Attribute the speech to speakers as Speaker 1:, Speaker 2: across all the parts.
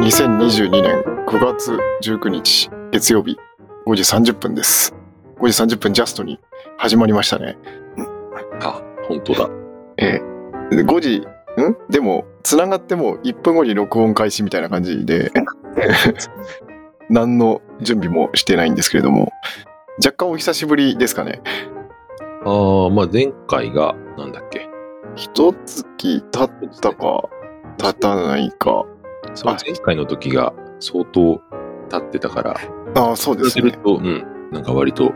Speaker 1: 2022年5月19日月曜日5時30分です。5時30分ジャストに始まりましたね。
Speaker 2: あ、本当だ。
Speaker 1: えー、5時、んでも、つながっても1分後に録音開始みたいな感じで、 何の準備もしてないんですけれども、若干お久しぶりですかね。
Speaker 2: ああ、まあ前回が、なんだっけ。
Speaker 1: 一月経ったか、経たないか。
Speaker 2: その前回の時が相当経ってたから、
Speaker 1: ああ、そうです
Speaker 2: する
Speaker 1: ね。
Speaker 2: と、うん、なんか割と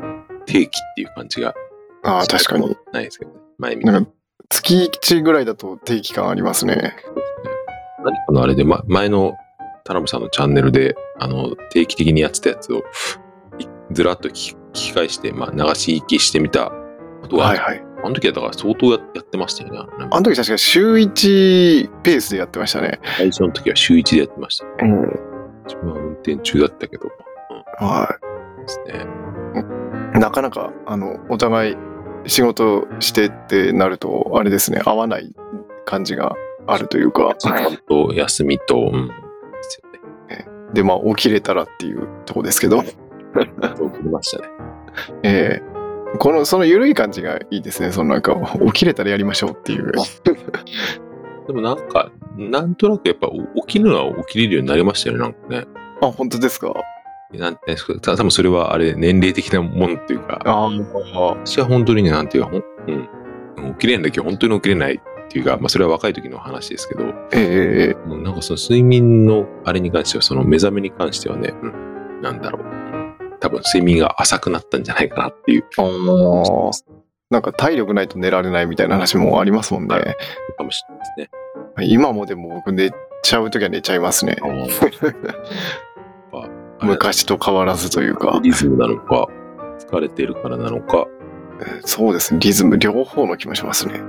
Speaker 2: 定期っていう感じが。
Speaker 1: ああ、確かに。。
Speaker 2: ないですけどね。前見た
Speaker 1: なんか、月1ぐらいだと定期感ありますね。
Speaker 2: 何かのあれで、ま、前の田辺さんのチャンネルで、あの、定期的にやってたやつを、いずらっと聞き聞き返して、まあ、流し聞きしてみたことは、
Speaker 1: はいはい。
Speaker 2: あの時はだから相当ややってましたよね。あの
Speaker 1: あの時確か週1ペースでやってましたね。
Speaker 2: 最初の時は週1でやってました。
Speaker 1: うん。
Speaker 2: 自分は運転中だったけど、
Speaker 1: は
Speaker 2: ですね。
Speaker 1: い。なかなか、あの、お互い仕事してってなると、あれですね、合わない感じがあるというか、
Speaker 2: 時間と休みと、うん。ですよね。
Speaker 1: で、まあ、起きれたらっていうとこですけど、
Speaker 2: そう切りましたね。
Speaker 1: えーこの、その緩い感じがいいですね。そのなんか、起きれたらやりましょうっていう。
Speaker 2: でもなんか、なんとなくやっぱお起きるのは起きれるようになりましたよね、なんかね。
Speaker 1: あ、本当ですか
Speaker 2: なんていうんですか、た多分それはあれ、年齢的なものっていうか、
Speaker 1: ああ、
Speaker 2: 私は本当にね、なんていうか、ほんうん、起きれない時は本当に起きれないっていうか、まあそれは若い時の話ですけど、
Speaker 1: ええええ
Speaker 2: もうなんかその睡眠のあれに関しては、その目覚めに関してはね、うん、なんだろう。多分睡眠が浅くなったんじゃないかなっていう。
Speaker 1: ああ。なんか体力ないと寝られないみたいな話もありますもんね。
Speaker 2: かもしれないで
Speaker 1: 今もでも僕寝ちゃうときは寝ちゃいますね。
Speaker 2: すね。やっぱ
Speaker 1: 昔と変わらずというか、
Speaker 2: リズムなのか、疲れてるからなのか、
Speaker 1: そうですね、リズム、両方の気もしますね。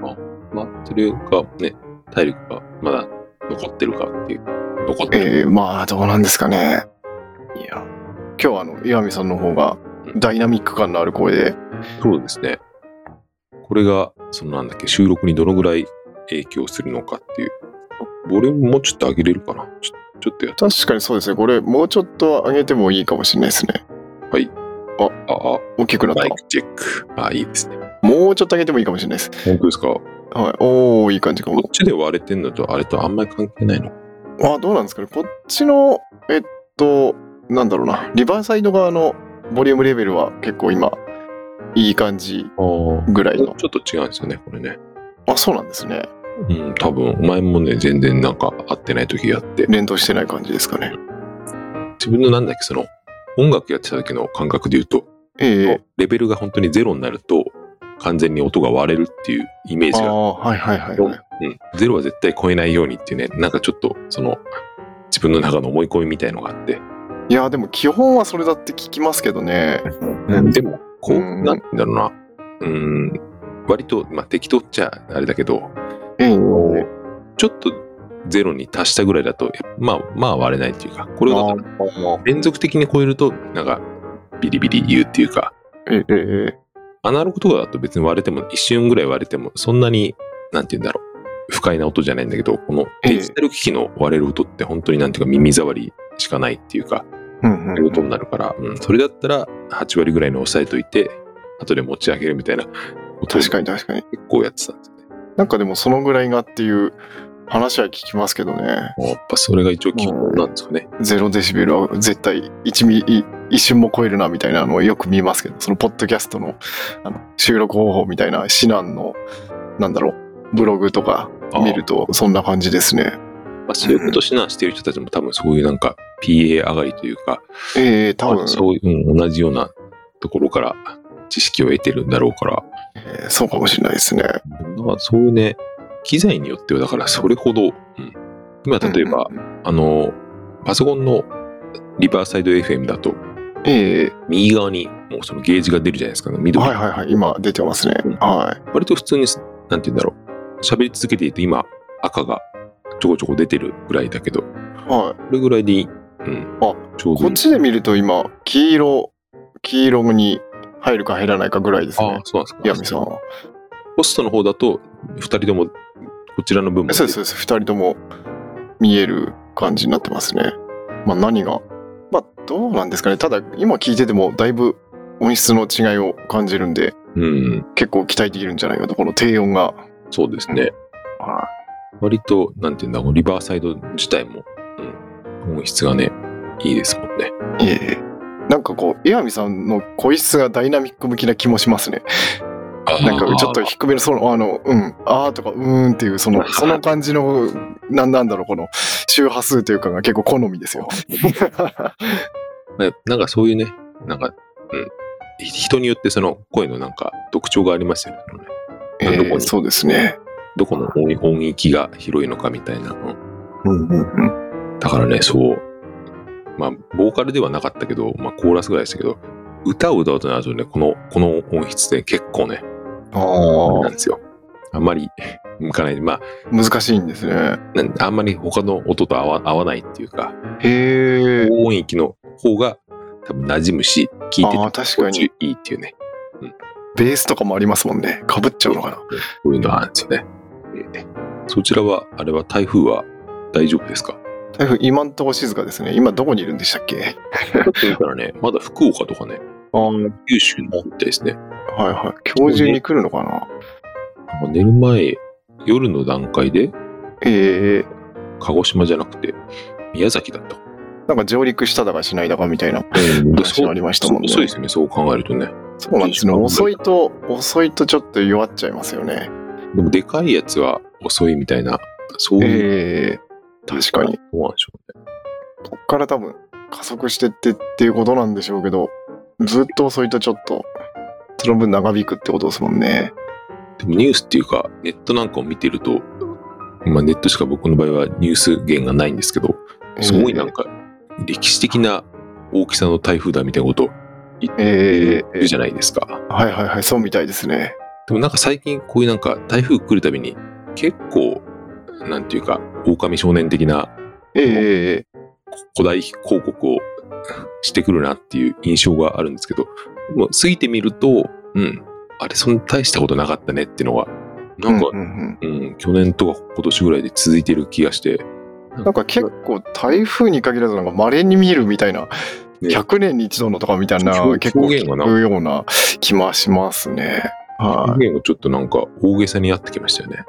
Speaker 2: まあ、それがね、体力がまだ残ってるかっていう、残ってる。
Speaker 1: えー、まあ、どうなんですかね。いや、今日はあの、岩見さんの方がダイナミック感のある声で、
Speaker 2: そうですね。これが、そのなんだっけ、収録にどのぐらい影響するのかっていう。ボリュームもうちょっと上げれるかな。ちょちょっとやっ
Speaker 1: 確かにそうですね、これ、もうちょっと上げてもいいかもしれないですね。
Speaker 2: た。ああ、
Speaker 1: 大きくなっ
Speaker 2: マ
Speaker 1: た
Speaker 2: イ。クチェック。あいいですね。
Speaker 1: もうちょっと上げてもいいかもしれないです。
Speaker 2: 本当ですか。こ
Speaker 1: はい。おー、いい感じかも
Speaker 2: っ。ちで割れてんのとあれとあんまり関係ないの。
Speaker 1: あ、どうなんですかね。こっちの、えっと、なんだろうな、リバーサイド側のボリュームレベルは結構今、いい感じ
Speaker 2: あ
Speaker 1: ぐらい
Speaker 2: ちょ
Speaker 1: の
Speaker 2: っ。と違うんですよね、これね。
Speaker 1: あ、そうなんですね。
Speaker 2: うん、多分、お前もね、全然なんか合ってない時があって。
Speaker 1: 連動してない感じですかね。
Speaker 2: 自分のなんだっけその音楽やってた時の感覚で言うと、
Speaker 1: ええ
Speaker 2: レベルが本当にゼロになると完全に音が割れるっていうイメー
Speaker 1: あ
Speaker 2: ジが、
Speaker 1: あ、はいはいはいはい。
Speaker 2: うん、ゼロは絶対超えないようにっていうねなんかちょっとその自分の中の思い込みみたいのがあって、
Speaker 1: いや、でも基本はそれだって聞きますけどね。
Speaker 2: でもこう
Speaker 1: うん
Speaker 2: なんて言うんだろうなうん割と、まあ、適当っちゃあれだけど
Speaker 1: ええ
Speaker 2: ちょっとゼロに達したぐらいだとまあまあ割れないっていうかこれをだから連続的に超えるとなんかビリビリ言うっていうか
Speaker 1: ええええ
Speaker 2: アナログとかだと別に割れても、一瞬ぐらい割れても、そんなに、なんて言うんだろう、不快な音じゃないんだけど、この
Speaker 1: ええ
Speaker 2: デジタル機器の割れる音って本当になんていうか耳障りしかないっていうか、
Speaker 1: うんうん
Speaker 2: そういう音になるから、うん、それだったら8割ぐらいに抑えといて、後で持ち上げるみたいなことを
Speaker 1: 確
Speaker 2: 結
Speaker 1: かに確かに。
Speaker 2: 構やってたんですよね。
Speaker 1: なんかでもそのぐらいがっていう話は聞きますけどね。
Speaker 2: もうやっぱそれが一応基本なんですかね。
Speaker 1: ゼロデシベルは絶対一ミリ一瞬も超えるなみたいなのをよく見ますけど、そのポッドキャストのあの収録方法みたいな指南の、なんだろう、ブログとか見るとそんな感じですね。
Speaker 2: まあ、そういうことを指南している人たちも多分そういうなんか PA 上がりというか、
Speaker 1: ええ多
Speaker 2: まあ
Speaker 1: 分、
Speaker 2: そういう、うん同じようなところから知識を得てるんだろうから、
Speaker 1: ええそうかもしれないですね。
Speaker 2: だからそういうね、機材によっては、だからそれほど、うん今例えば、
Speaker 1: うんうんうん、
Speaker 2: あの、パソコンのリバーサイド FM だと、
Speaker 1: ええ
Speaker 2: 右側にもうそのゲージが出るじゃないですか、緑。
Speaker 1: はいはいはい、今出てますね
Speaker 2: うん。
Speaker 1: は
Speaker 2: 割と普通に、なんて言うんだろう、喋り続けていて、今、赤がちょこちょこ出てるぐらいだけど、こ
Speaker 1: い。はい。
Speaker 2: れぐらいでいい、うん、
Speaker 1: あ
Speaker 2: ちょうど
Speaker 1: こ
Speaker 2: いい
Speaker 1: っちで見ると今、黄色、黄色に入るか入らないかぐらいです
Speaker 2: ああ
Speaker 1: ね、。
Speaker 2: そうなん
Speaker 1: ヤ
Speaker 2: で
Speaker 1: ミ
Speaker 2: す
Speaker 1: さ
Speaker 2: か。
Speaker 1: ん。
Speaker 2: ホストの方だと、2人とも、こちらの分も
Speaker 1: そうです、そうです。二人とも見える感じになってますね。まあ、何が、まあ、どうなんですかね。ただ、今聞いてても、だいぶ音質の違いを感じるんで、
Speaker 2: うん、
Speaker 1: 結構期待できるんじゃないかと、この低音が。
Speaker 2: そうですね。
Speaker 1: は
Speaker 2: 割と、なんていうんだろう、リバーサイド自体も、うん、音質がね、いいですもんね。
Speaker 1: いえいえ。なんかこう、岩見さんの声質がダイナミック向きな気もしますね。なんかちょっと低めの、その、あの、うん、あーとか、うーんっていう、その、その感じの、なんなんだろう、この、周波数というかが結構好み ですよ。
Speaker 2: まあなんかそういうね、なんか、うん、人によってその声のなんか特徴がありますよね。
Speaker 1: え
Speaker 2: なるほ
Speaker 1: ー
Speaker 2: ど
Speaker 1: そうですね。
Speaker 2: どこの音音域が広いのかみたいな。うん
Speaker 1: うんうんうん。
Speaker 2: だからね、そう。まあ、ボーカルではなかったけど、まあ、コーラスぐらいでしたけど、歌を歌うとなるとね、この、この音質で結構ね、あれ
Speaker 1: あ
Speaker 2: な
Speaker 1: あ
Speaker 2: ん、ですよ。あんまり向かない。ま
Speaker 1: 難しいんですね。
Speaker 2: あ、なんあんまり他の音と合わ合わないっていうか、
Speaker 1: へえ。
Speaker 2: 高音域の方が多分馴染むし、聞いてて
Speaker 1: あー確かに
Speaker 2: 心地いいっていうね、
Speaker 1: ベースとかもありますもんね。かぶっちゃうのかな。
Speaker 2: そういうのはあるんですよね。えーそちらは、あれは台風は大丈夫ですか
Speaker 1: 台風、今んとこ静かですね。今どこにいるんでしたっけ
Speaker 2: だって言うからね、まだ福岡とかね、
Speaker 1: あはい
Speaker 2: 九州の方みたいですね。
Speaker 1: はい。今日中に来るのかな
Speaker 2: なんか寝る前、夜の段階で、
Speaker 1: ええ
Speaker 2: 鹿児島じゃなくて、宮崎だった。
Speaker 1: なんか上陸しただかしないだかみたいな話
Speaker 2: そう
Speaker 1: がありましたもんね。
Speaker 2: そう遅いですよね、そう考えるとね。
Speaker 1: そうなんですね。遅いと、遅いとちょっと弱っちゃいますよね。
Speaker 2: でも、でかいやつは遅いみたいな、そういう、
Speaker 1: ええ確かに。
Speaker 2: そうなんでしょうね。
Speaker 1: こっから多分加速してってっていうことなんでしょうけど、ずっと遅いとちょっと、その分長引くってことですもんね。
Speaker 2: でも、ニュースっていうか、ネットなんかを見てると、まあ、ネットしか僕の場合はニュース源がないんですけど、すごいなんか、歴史的な大きさの台風だみたいなことを言っ
Speaker 1: ええ
Speaker 2: て
Speaker 1: えええ
Speaker 2: るじゃないですか。
Speaker 1: えはいはいはい、そうみたいですね。
Speaker 2: でもなんか最近こういうなんか台風来るたびに結構なんていうか狼少年的な
Speaker 1: ええええ
Speaker 2: 古代広告をしてくるなっていう印象があるんですけど、もう過ぎてみると、うん、あれそんな大したことなかったねっていうのが、なんか
Speaker 1: う、んうん
Speaker 2: うん去年とか今年ぐらいで続いてる気がして、
Speaker 1: うんなんか結構台風に限らずなんか稀に見えるみたいな、
Speaker 2: ね
Speaker 1: 100年に一度のとかみたいな
Speaker 2: 表
Speaker 1: 結構
Speaker 2: 表現がな
Speaker 1: 聞くような気もしますね。はい
Speaker 2: 表現がちょっとなんか大げさになってきましたよね。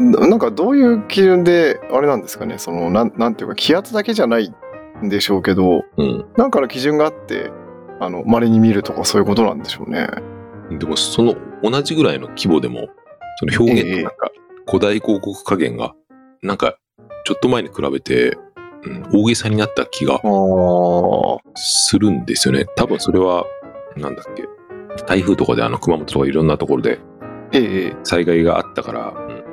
Speaker 1: ななんかどういう基準であれなんですかねそのなんなんていうか気圧だけじゃないんでしょうけど
Speaker 2: う
Speaker 1: なんかの基準があってあの稀に見るとかそういうことなんでしょうね。
Speaker 2: ん。でもその同じぐらいの規模でも、その表現のなんか古代広告加減が、なんかちょっと前に比べて、うん、大げさになった気が
Speaker 1: ああ
Speaker 2: するんですよね。多分それは、なんだっけ、台風とかであの熊本とかいろんなところで
Speaker 1: ええ
Speaker 2: 災害があったから、うん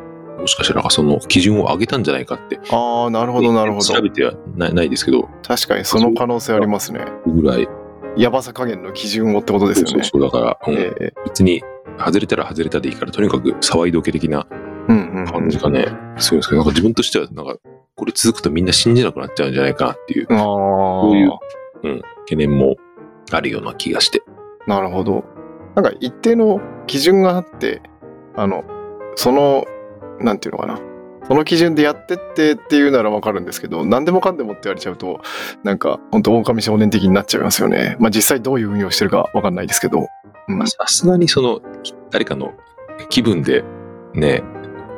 Speaker 2: もしかしたらなんかその基準を上げたんじゃないかって、
Speaker 1: ああなるほどなるほ
Speaker 2: 調
Speaker 1: ど
Speaker 2: べてはないないですけど、
Speaker 1: 確かにその可能性ありますね。
Speaker 2: ぐらい、
Speaker 1: やばさ加減の基準をってことですよね。
Speaker 2: そうそうそうだから、うん
Speaker 1: ええ
Speaker 2: 別に外れたら外れたでいいから、とにかく騒いどけ的な
Speaker 1: うんうんうん
Speaker 2: 感じがね、すごいですけど、なんか自分としては、なんかこれ続くとみんな信じなくなっちゃうんじゃないかなっていう
Speaker 1: ああ
Speaker 2: ういう懸念もあるような気がして。
Speaker 1: なるほど。なんか一定の基準があって、あの、その、なんていうのかな。その基準でやってってっていうならわかるんですけど、何でもかんでもって言われちゃうと、なんか、本当狼少年的になっちゃいますよね。まあ実際どういう運用してるかわかんないですけど。うん
Speaker 2: まあさすがにそのき誰かの気分でね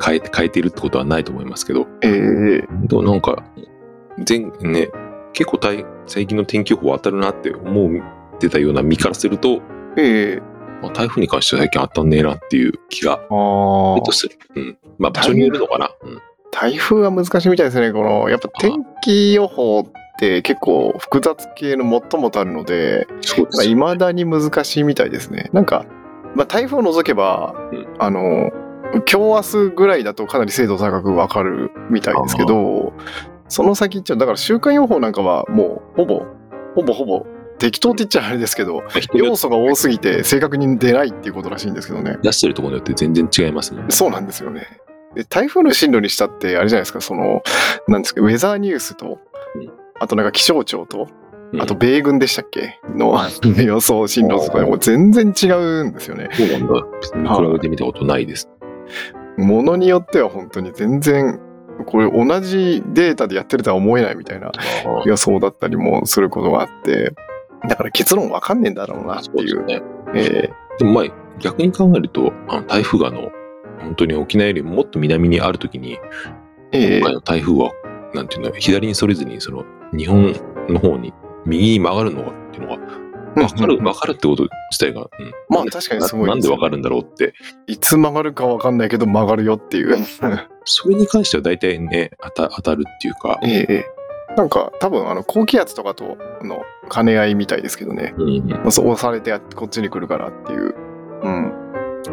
Speaker 2: 変え変えているってことはないと思いますけど
Speaker 1: ええ
Speaker 2: 本当なんか全ね結構大最近の天気予報当たるなって思ってたような身からすると、
Speaker 1: ええ
Speaker 2: まあ、台風に関しては最近当たんねえなっていう気
Speaker 1: あ
Speaker 2: がちょ
Speaker 1: あ
Speaker 2: っと。する、うん、まあ場所によるのかな、うん
Speaker 1: 台風は難しいみたいですね。この、やっぱ天気予報って結構複雑系の最もたるので、
Speaker 2: そうで
Speaker 1: まあ、
Speaker 2: すね
Speaker 1: 未だに難しいみたいですね。なんか、まあ、台風を除けば、
Speaker 2: うん
Speaker 1: あの、今日明日ぐらいだとかなり精度高くわかるみたいですけど、その先っちゃ、だから週間予報なんかはもうほぼ、ほぼほぼ適当って言っちゃあれですけど、
Speaker 2: 人によ
Speaker 1: 要
Speaker 2: って
Speaker 1: 素が多すぎて正確に出ないっていうことらしいんですけどね。
Speaker 2: 出してるところによって全然違いますもんね
Speaker 1: そうなんですよね。で台風の進路にしたって、あれじゃないですか、その、なんですか、ウェザーニュースと
Speaker 2: うん、
Speaker 1: あとなんか気象庁と、
Speaker 2: うん
Speaker 1: あと米軍でしたっけの 予想進路とかでもう全然違うんですよね。
Speaker 2: そうなんだ見比べてみたことないです、
Speaker 1: ものによっては本当に全然これ同じデータでやってるとは思えないみたいな予想だったりもすることがあって、だから結論わかんねえんだろうなって
Speaker 2: そうで
Speaker 1: い
Speaker 2: す
Speaker 1: う。
Speaker 2: ね。
Speaker 1: え
Speaker 2: でもまあ逆に考えるとあの台風があの本当に沖縄よりももっと南にあるときに
Speaker 1: えええ
Speaker 2: 今回の台風はなんていうの左にそれずにその日本の方に右に曲がるのがっていうのが分かる分かるってこと自体が、うん、
Speaker 1: まあ
Speaker 2: なんで
Speaker 1: 確かにすごい
Speaker 2: ななんで分かるんだろうって
Speaker 1: いつ曲がるかわかんないけど曲がるよっていう。
Speaker 2: それに関しては大体ね当た当たるっていうか、
Speaker 1: ええなんか多分あの高気圧とかとの兼ね合いみたいですけどね。
Speaker 2: うん、
Speaker 1: まあそう押されてこっちに来るからっていう。うん。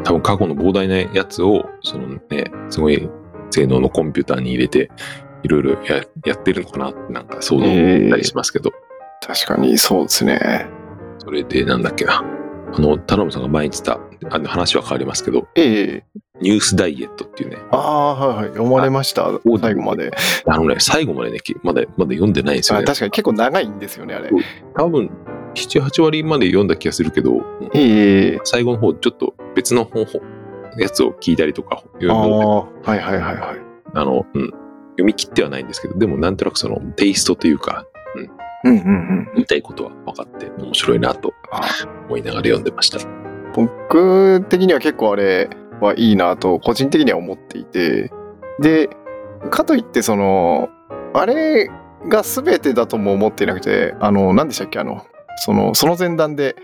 Speaker 2: 多分過去の膨大なやつをそのねすごい性能のコンピューターに入れていろいろややってるのかなってなんか想像したりしますけど、
Speaker 1: 確かにそうですね。
Speaker 2: それでなんだっけな。あの、田辺さんが前に言ってた、あの話は変わりますけど、
Speaker 1: ええ
Speaker 2: ニュースダイエットっていうね、
Speaker 1: ああ、はいはい。読まれました。
Speaker 2: オーディ
Speaker 1: 最後まで。
Speaker 2: あのね、最後までね、きまだ、まだ読んでないんですよ
Speaker 1: あ
Speaker 2: ね。
Speaker 1: 確かに結構長いんですよね、あれ。
Speaker 2: 多分、7、8割まで読んだ気がするけど、
Speaker 1: ええ
Speaker 2: 最後の方、ちょっと別の方法、やつを聞いたりとか、読
Speaker 1: あ
Speaker 2: み
Speaker 1: あ、はいはいはいはい。
Speaker 2: あの、うん、読み切ってはないんですけど、でもなんとなくそのテイストというか、
Speaker 1: うんうんうん。
Speaker 2: 言いたいことは分かって、面白いなと
Speaker 1: あ
Speaker 2: 思いながら読んでました。
Speaker 1: 僕的には結構あれはいいなと個人的には思っていてでかといってそのあれが全てだとも思っていなくてあの何でしたっけあのそのその前段で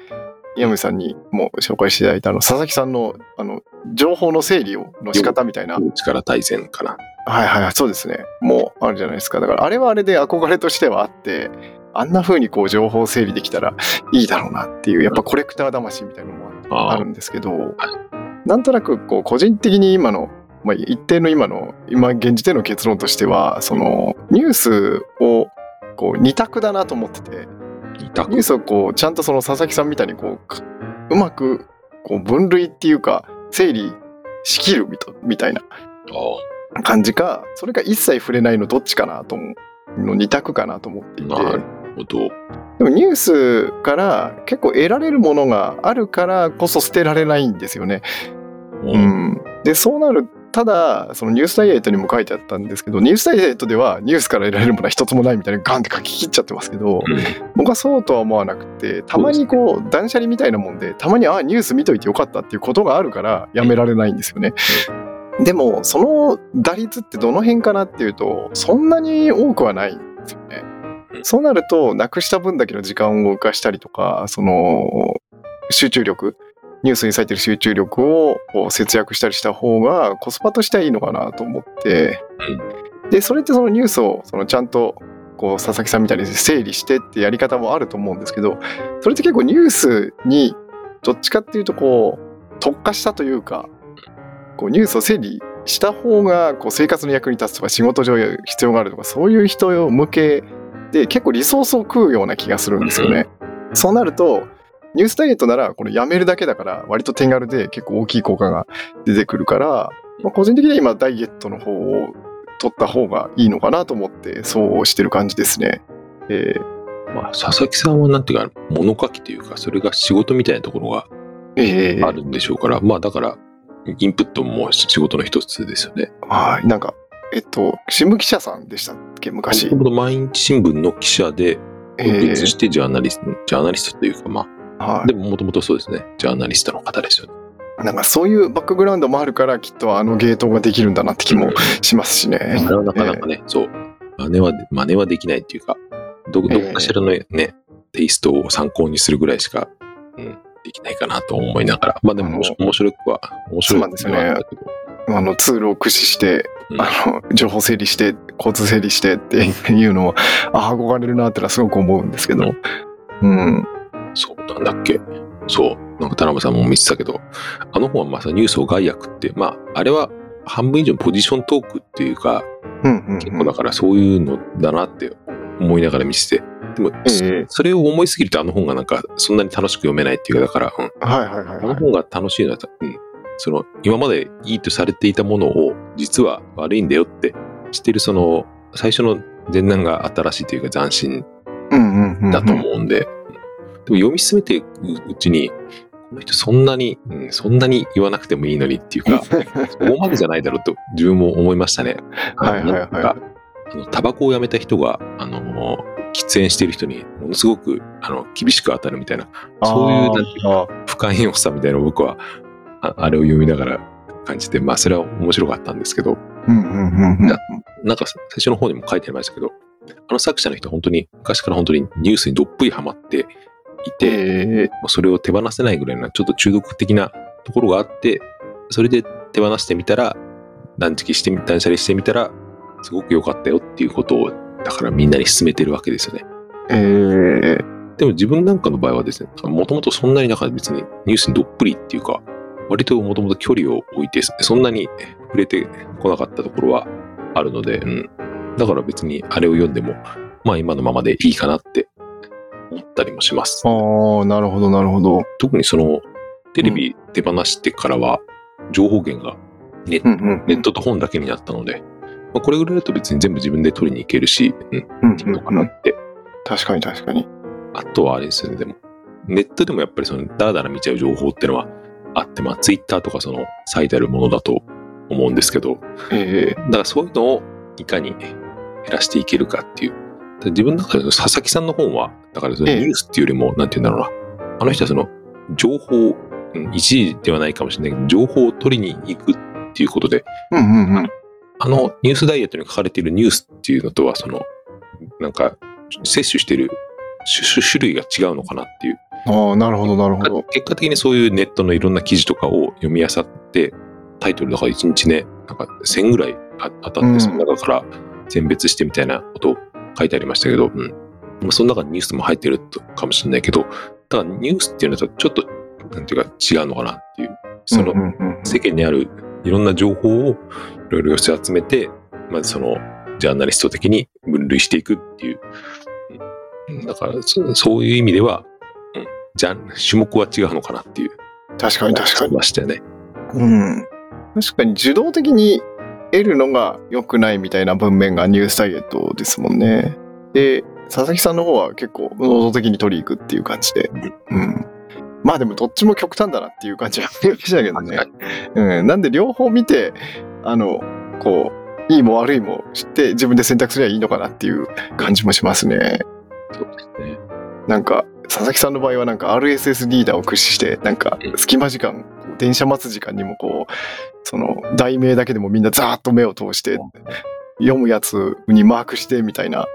Speaker 1: 岩見さんにも紹介していただいたあの佐々木さんのあの情報の整理をの仕方みたいな
Speaker 2: 力大戦かな。
Speaker 1: はいはいはい、そうですね。もうあるじゃないですか。だからあれはあれで憧れとしてはあって、あんな風にこう情報整理できたらいいだろうなっていう、やっぱコレクター魂みたいなのも
Speaker 2: あ
Speaker 1: あ
Speaker 2: あ
Speaker 1: るんですけど、なんとなくこう個人的に今の、まあ、一定の今の、今現時点の結論としては、そのニュースをこう二択だなと思ってて、
Speaker 2: いた
Speaker 1: ニュースをこうちゃんとその佐々木さんみたいにこうかうまくこう分類っていうか整理しきるみたみたいな感じかそれが一切触れないのどっちかなと思うの二択かなと思っていて
Speaker 2: なるほど。
Speaker 1: でもニュースから結構得られるものがあるからこそ捨てられないんですよね。う
Speaker 2: うん
Speaker 1: ん、でそうなるただそのニュースダイエットにも書いてあったんですけどニュースダイエットではニュースから得られるものは一つもないみたいにガンって書き切っちゃってますけど僕はそうとは思わなくてたまにこう断捨離みたいなもんでたまにあニュース見といてよかったっていうことがあるからやめられないんですよね。でもその打率ってどの辺かなっていうとそんなに多くはないんですよね。そうなるとなくした分だけの時間を浮かしたりとかその集中力ニュースに割いてる集中力をこう節約したりした方がコスパとしてはいいのかなと思ってでそれってそのニュースをそのちゃんとこう佐々木さんみたいに整理してってやり方もあると思うんですけどそれって結構ニュースにどっちかっていうとこう特化したというかこうニュースを整理した方がこう生活の役に立つとか仕事上必要があるとかそういう人向けで結構リソースを食うような気がするんですよね。そうなるとニュースダイエットならこれやめるだけだから割と手軽で結構大きい効果が出てくるから、まあ、個人的には今ダイエットの方を取った方がいいのかなと思ってそうしてる感じですね。えー
Speaker 2: まあ、佐々木さんはなんていうか物書きというかそれが仕事みたいなところが
Speaker 1: えー
Speaker 2: あるんでしょうから、まあだからインプットも仕事の一つですよね。
Speaker 1: はいなんかえっと新聞記者さんでしたっけ昔
Speaker 2: ちょ。うど毎日新聞の記者で
Speaker 1: え
Speaker 2: 独
Speaker 1: ー
Speaker 2: 立してジャーナリスト、ジャーナリストというかま
Speaker 1: は
Speaker 2: あでももともとそうですねジャーナリストの方ですよね。
Speaker 1: い、なんかそういうバックグラウンドもあるからきっとあのゲートができるんだなって気もしますしね。
Speaker 2: あれはなかなかね、そう真似は真似はできないっていうかどどっかしらのね、テイストを参考にするぐらいしか、うん、できないかなと思いながらまあでも面白くは面白いはあったけど
Speaker 1: あのツールを駆使して、
Speaker 2: うん
Speaker 1: あの情報整理して交通整理してっていうのをあ憧れるなってのはすごく思うんですけど、うん、
Speaker 2: そうなんだっけそうなんか田辺さんも見てたけどあの本はまさにニュースを害悪ってまああれは半分以上ポジショントークっていうか
Speaker 1: うんうん
Speaker 2: 結
Speaker 1: う
Speaker 2: 構
Speaker 1: ん
Speaker 2: だからそういうのだなって思いながら見ててでも、
Speaker 1: ええ
Speaker 2: それを思いすぎるとあの本がなんかそんなに楽しく読めないっていうかだから、うん、
Speaker 1: はいはいはい
Speaker 2: あの
Speaker 1: はい
Speaker 2: 本が楽しいのは、うん、その今までいいとされていたものを実は悪いんだよって知ってるその最初の前段が新しいというか斬新
Speaker 1: うんうんうんうん
Speaker 2: だと思うんで、でも読み進めていくうちにこの人そんなに、うん、そんなに言わなくてもいいのにっていうか、そこまでじゃないだろうと自分も思いましたね。
Speaker 1: はいはいはい
Speaker 2: なんかあのタバコをやめた人が、あの、喫煙している人にものすごくあの厳しく当たるみたいな、そういうなんていう
Speaker 1: あー
Speaker 2: 不寛容さみたいなのを僕はああれを読みながら感じて、まあそれは面白かったんですけど、
Speaker 1: うんうんうんうん
Speaker 2: ななんか最初の方にも書いてありましたけど、あの作者の人本当に昔から本当にニュースにどっぷりハマっていて、
Speaker 1: えー
Speaker 2: もうそれを手放せないぐらいのちょっと中毒的なところがあって、それで手放してみたら、断食してみ、断捨離してみたら、すごく良かったよっていうことを、だからみんなに勧めてるわけですよね。
Speaker 1: えー
Speaker 2: でも自分なんかの場合はですね、もともとそんなになんか別にニュースにどっぷりっていうか、割ともともと距離を置いて、そんなに触れてこなかったところはあるので、うん。だから別にあれを読んでも、まあ今のままでいいかなって思ったりもします。
Speaker 1: ああ、なるほどなるほど。
Speaker 2: 特にそのテレビ手放してからは情報源がネ,、
Speaker 1: うんうんうん
Speaker 2: ネットと本だけになったので、まあ、これぐらいだと別に全部自分で取りに行けるし、うん、い
Speaker 1: うん
Speaker 2: い
Speaker 1: うん
Speaker 2: のかな
Speaker 1: うん
Speaker 2: って、
Speaker 1: 確かに確かに。
Speaker 2: あとはあれですよねでもネットでもやっぱりそのダラダラ見ちゃう情報ってのはあってまあツイッターとかその最たるものだと思うんですけど
Speaker 1: え
Speaker 2: だからそういうのをいかに減らしていけるかっていう。で自分の中でその佐々木さんの本は、だからその
Speaker 1: ええ
Speaker 2: ニュースっていうよりも、なんて言うんだろうな。あの人はその情報、うん一時ではないかもしれないけど、情報を取りに行くっていうことで、
Speaker 1: ーうんうんうん。
Speaker 2: あのニュースダイエットに書かれているニュースっていうのとは、その、なんか、摂取してる種種類が違うのかなっていう。
Speaker 1: ああ、なるほどなるほど。
Speaker 2: 結果的にそういうネットのいろんな記事とかを読み漁って、タイトルとか1日ね、なんか1000ぐらいあ当た
Speaker 1: う
Speaker 2: って、
Speaker 1: ん
Speaker 2: その中から選別してみたいなことを書いてありましたけど、うん。まあその中にニュースも入ってるとかもしれないけど、ただニュースっていうのとはちょっと、なんていうか違うのかなっていう、その
Speaker 1: うんうんうん
Speaker 2: 世間にあるいろんな情報をいろいろ寄せ集めて、まずそのジャーナリスト的に分類していくっていう。うんだからそ、そういう意味では、うん、ジャン種目は違うのかなっていう
Speaker 1: 確かに確かに。
Speaker 2: ましたよね。
Speaker 1: うん、確かに受動的に得るのが良くないみたいな文面がニュースダイエットですもんね。で佐々木さんの方は結構能動的に取り行くっていう感じで、うん、まあでもどっちも極端だなっていう感じはありましたけどね、うん、なんで両方見てあのこういいも悪いも知って自分で選択すればいいのかなっていう感じもしますね。
Speaker 2: そうですね。
Speaker 1: なんか佐々木さんの場合はなんか RSS リーダーを駆使してなんか隙間時間こう電車待つ時間にもこうその題名だけでもみんなざーっと目を通して読むやつにマークしてみたいな。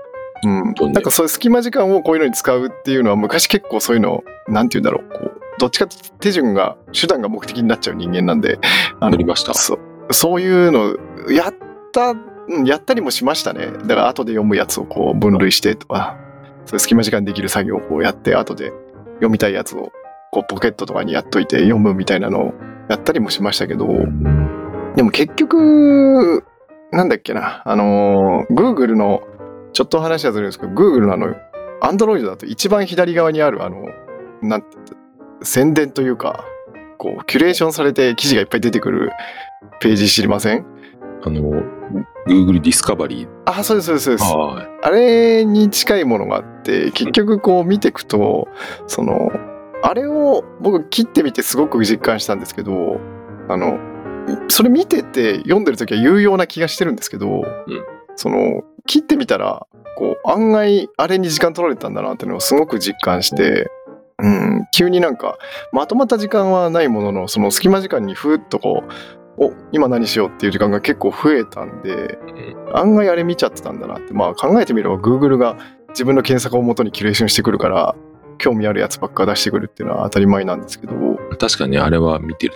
Speaker 1: うん、
Speaker 2: どんどん
Speaker 1: なんかそういう隙間時間をこういうのに使うっていうのは昔結構そういうのなんて言うんだろうこうどっちかっていうと手順が手段が目的になっちゃう人間なんであ
Speaker 2: 乗
Speaker 1: の
Speaker 2: りました。
Speaker 1: そそういうのやったうんやったりもしましたねだから後で読むやつをこう分類してとかそういう隙間時間できる作業をこうやって後で読みたいやつをこうポケットとかにやっといて読むみたいなのをやったりもしましたけどでも結局なんだっけなあのー Google のちょっと話はずれるんですけど Google のあの Android だと一番左側にあるあのなんて宣伝というかこうキュレーションされて記事がいっぱい出てくるページ知りません
Speaker 2: あの、Google ディスカバリー。
Speaker 1: あそうですそうですそうですあ
Speaker 2: はい
Speaker 1: れに近いものがあって結局こう見ていくとそのあれを僕切ってみてすごく実感したんですけどあのそれ見てて読んでる時は有用な気がしてるんですけど、
Speaker 2: ん
Speaker 1: その切ってみたらこう案外あれに時間取られたんだなっていうのをすごく実感して、うん、急になんかまとまった時間はないもののその隙間時間にふーっとこうお今何しようっていう時間が結構増えたんで、案外あれ見ちゃってたんだなってまあ考えてみれば Google が自分の検索をもとにキュレーションしてくるから興味あるやつばっか出してくるっていうのは当たり前なんですけど
Speaker 2: 確かにあれは見てる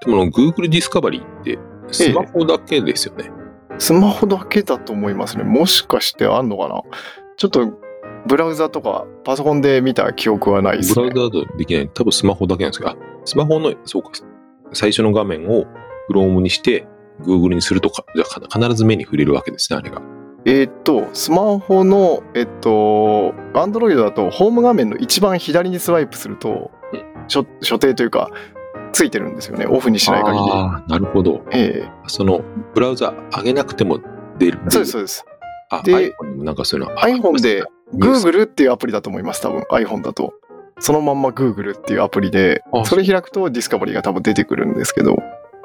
Speaker 2: と。でもあの、Google ディスカバリーって、スマホだけですよね。
Speaker 1: スマホだけだと思いますねもしかしてあんのかなちょっとブラウザとかパソコンで見た記憶はないです
Speaker 2: ブラウ
Speaker 1: ね
Speaker 2: ザだとできない。多分スマホだけなんですけど、あスマホの、そうか、最初の画面を Chrome にして、Google にするとか、じゃあか必ず目に触れるわけですね、あれが。
Speaker 1: えーっとスマホのえっと Android だとホーム画面の一番左にスワイプすると
Speaker 2: う
Speaker 1: 所所定というかついてるんですよねオフにしない限り
Speaker 2: あーなるほど。
Speaker 1: え
Speaker 2: その、ブラウザ上げなくても出る。
Speaker 1: えそうですそうです
Speaker 2: あ、
Speaker 1: で
Speaker 2: iPhone にもなんかそういうの。
Speaker 1: iPhone で
Speaker 2: ニュース
Speaker 1: Google っていうアプリだと思います、多分 iPhone だと。そのまんま Google っていうアプリで
Speaker 2: あ、
Speaker 1: それ開くとディスカバリーが多分出てくるんですけど、